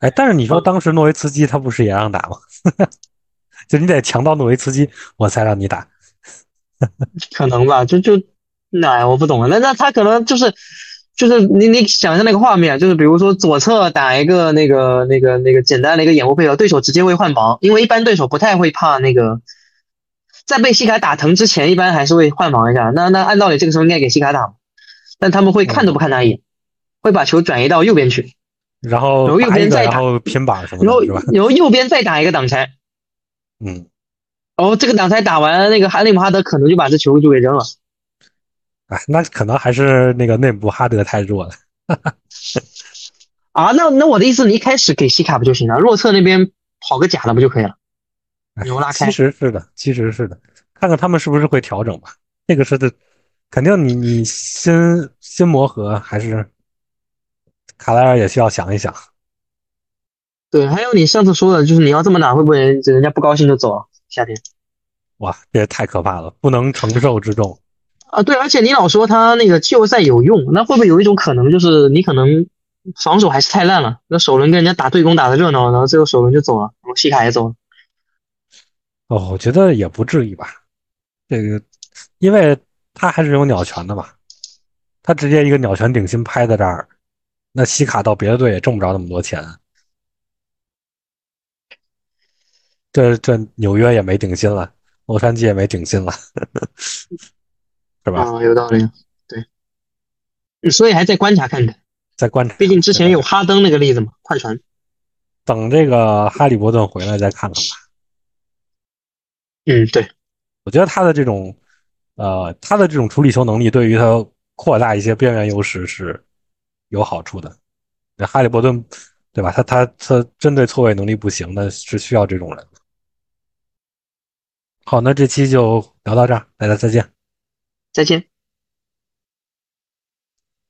A: 哎，但是你说当时诺维茨基他不是也让打吗？ 就你得强到诺维茨基，我才让你打。
B: 可能吧，就就那我不懂啊，那那他可能就是就是你你想象那个画面，就是比如说左侧打一个那个那个那个简单的一个掩护配合，对手直接会换防，因为一般对手不太会怕那个，在被西卡打疼之前，一般还是会换防一下。那那按道理这个时候应该给西卡打嘛，但他们会看都不看他一眼，会把球转移到右边去，
A: 然后
B: 然后右
A: 打一
B: 边
A: 个
B: 再打
A: 然后拼板什么
B: 然后
A: 的，是吧？
B: 然后右边再打一个挡拆，
A: 嗯，
B: 然后这个挡拆打完，那个哈内姆哈德可能就把这球就给扔了。
A: 哎，那可能还是那个内部哈德太弱了。
B: 啊，那那我的意思，你一开始给西卡不就行了？弱侧那边跑个假的不就可以了？
A: 哎
B: 牛拉开
A: 其实是的，其实是的，看看他们是不是会调整吧。这个是的，肯定你你新新磨合还是卡莱尔也需要想一想。
B: 对，还有你上次说的，就是你要这么打，会不会人人家不高兴就走了？夏天
A: 哇，这也太可怕了，不能承受之重。
B: 啊，对，而且你老说他那个季后赛有用，那会不会有一种可能，就是你可能防守还是太烂了，那首轮跟人家打对攻打的热闹，然后最后首轮就走了，然后西卡也走了。
A: 哦，我觉得也不至于吧。这个，因为他还是有鸟权的嘛，他直接一个鸟权顶薪拍在这儿，那西卡到别的队也挣不着那么多钱。这这纽约也没顶薪了，洛杉矶也没顶薪了， 是吧？
B: 啊，有道理，对，嗯所以还在观察看看，
A: 再观察，
B: 毕竟之前有哈登那个例子嘛，快船。
A: 等这个哈利伯顿回来再看看吧。
B: 嗯，对，
A: 我觉得他的这种，呃，他的这种处理球能力对于他扩大一些边缘优势是有好处的。那哈利伯顿，对吧？他他他针对错位能力不行，那是需要这种人。好，那这期就聊到这儿，大家再见。
B: 再见。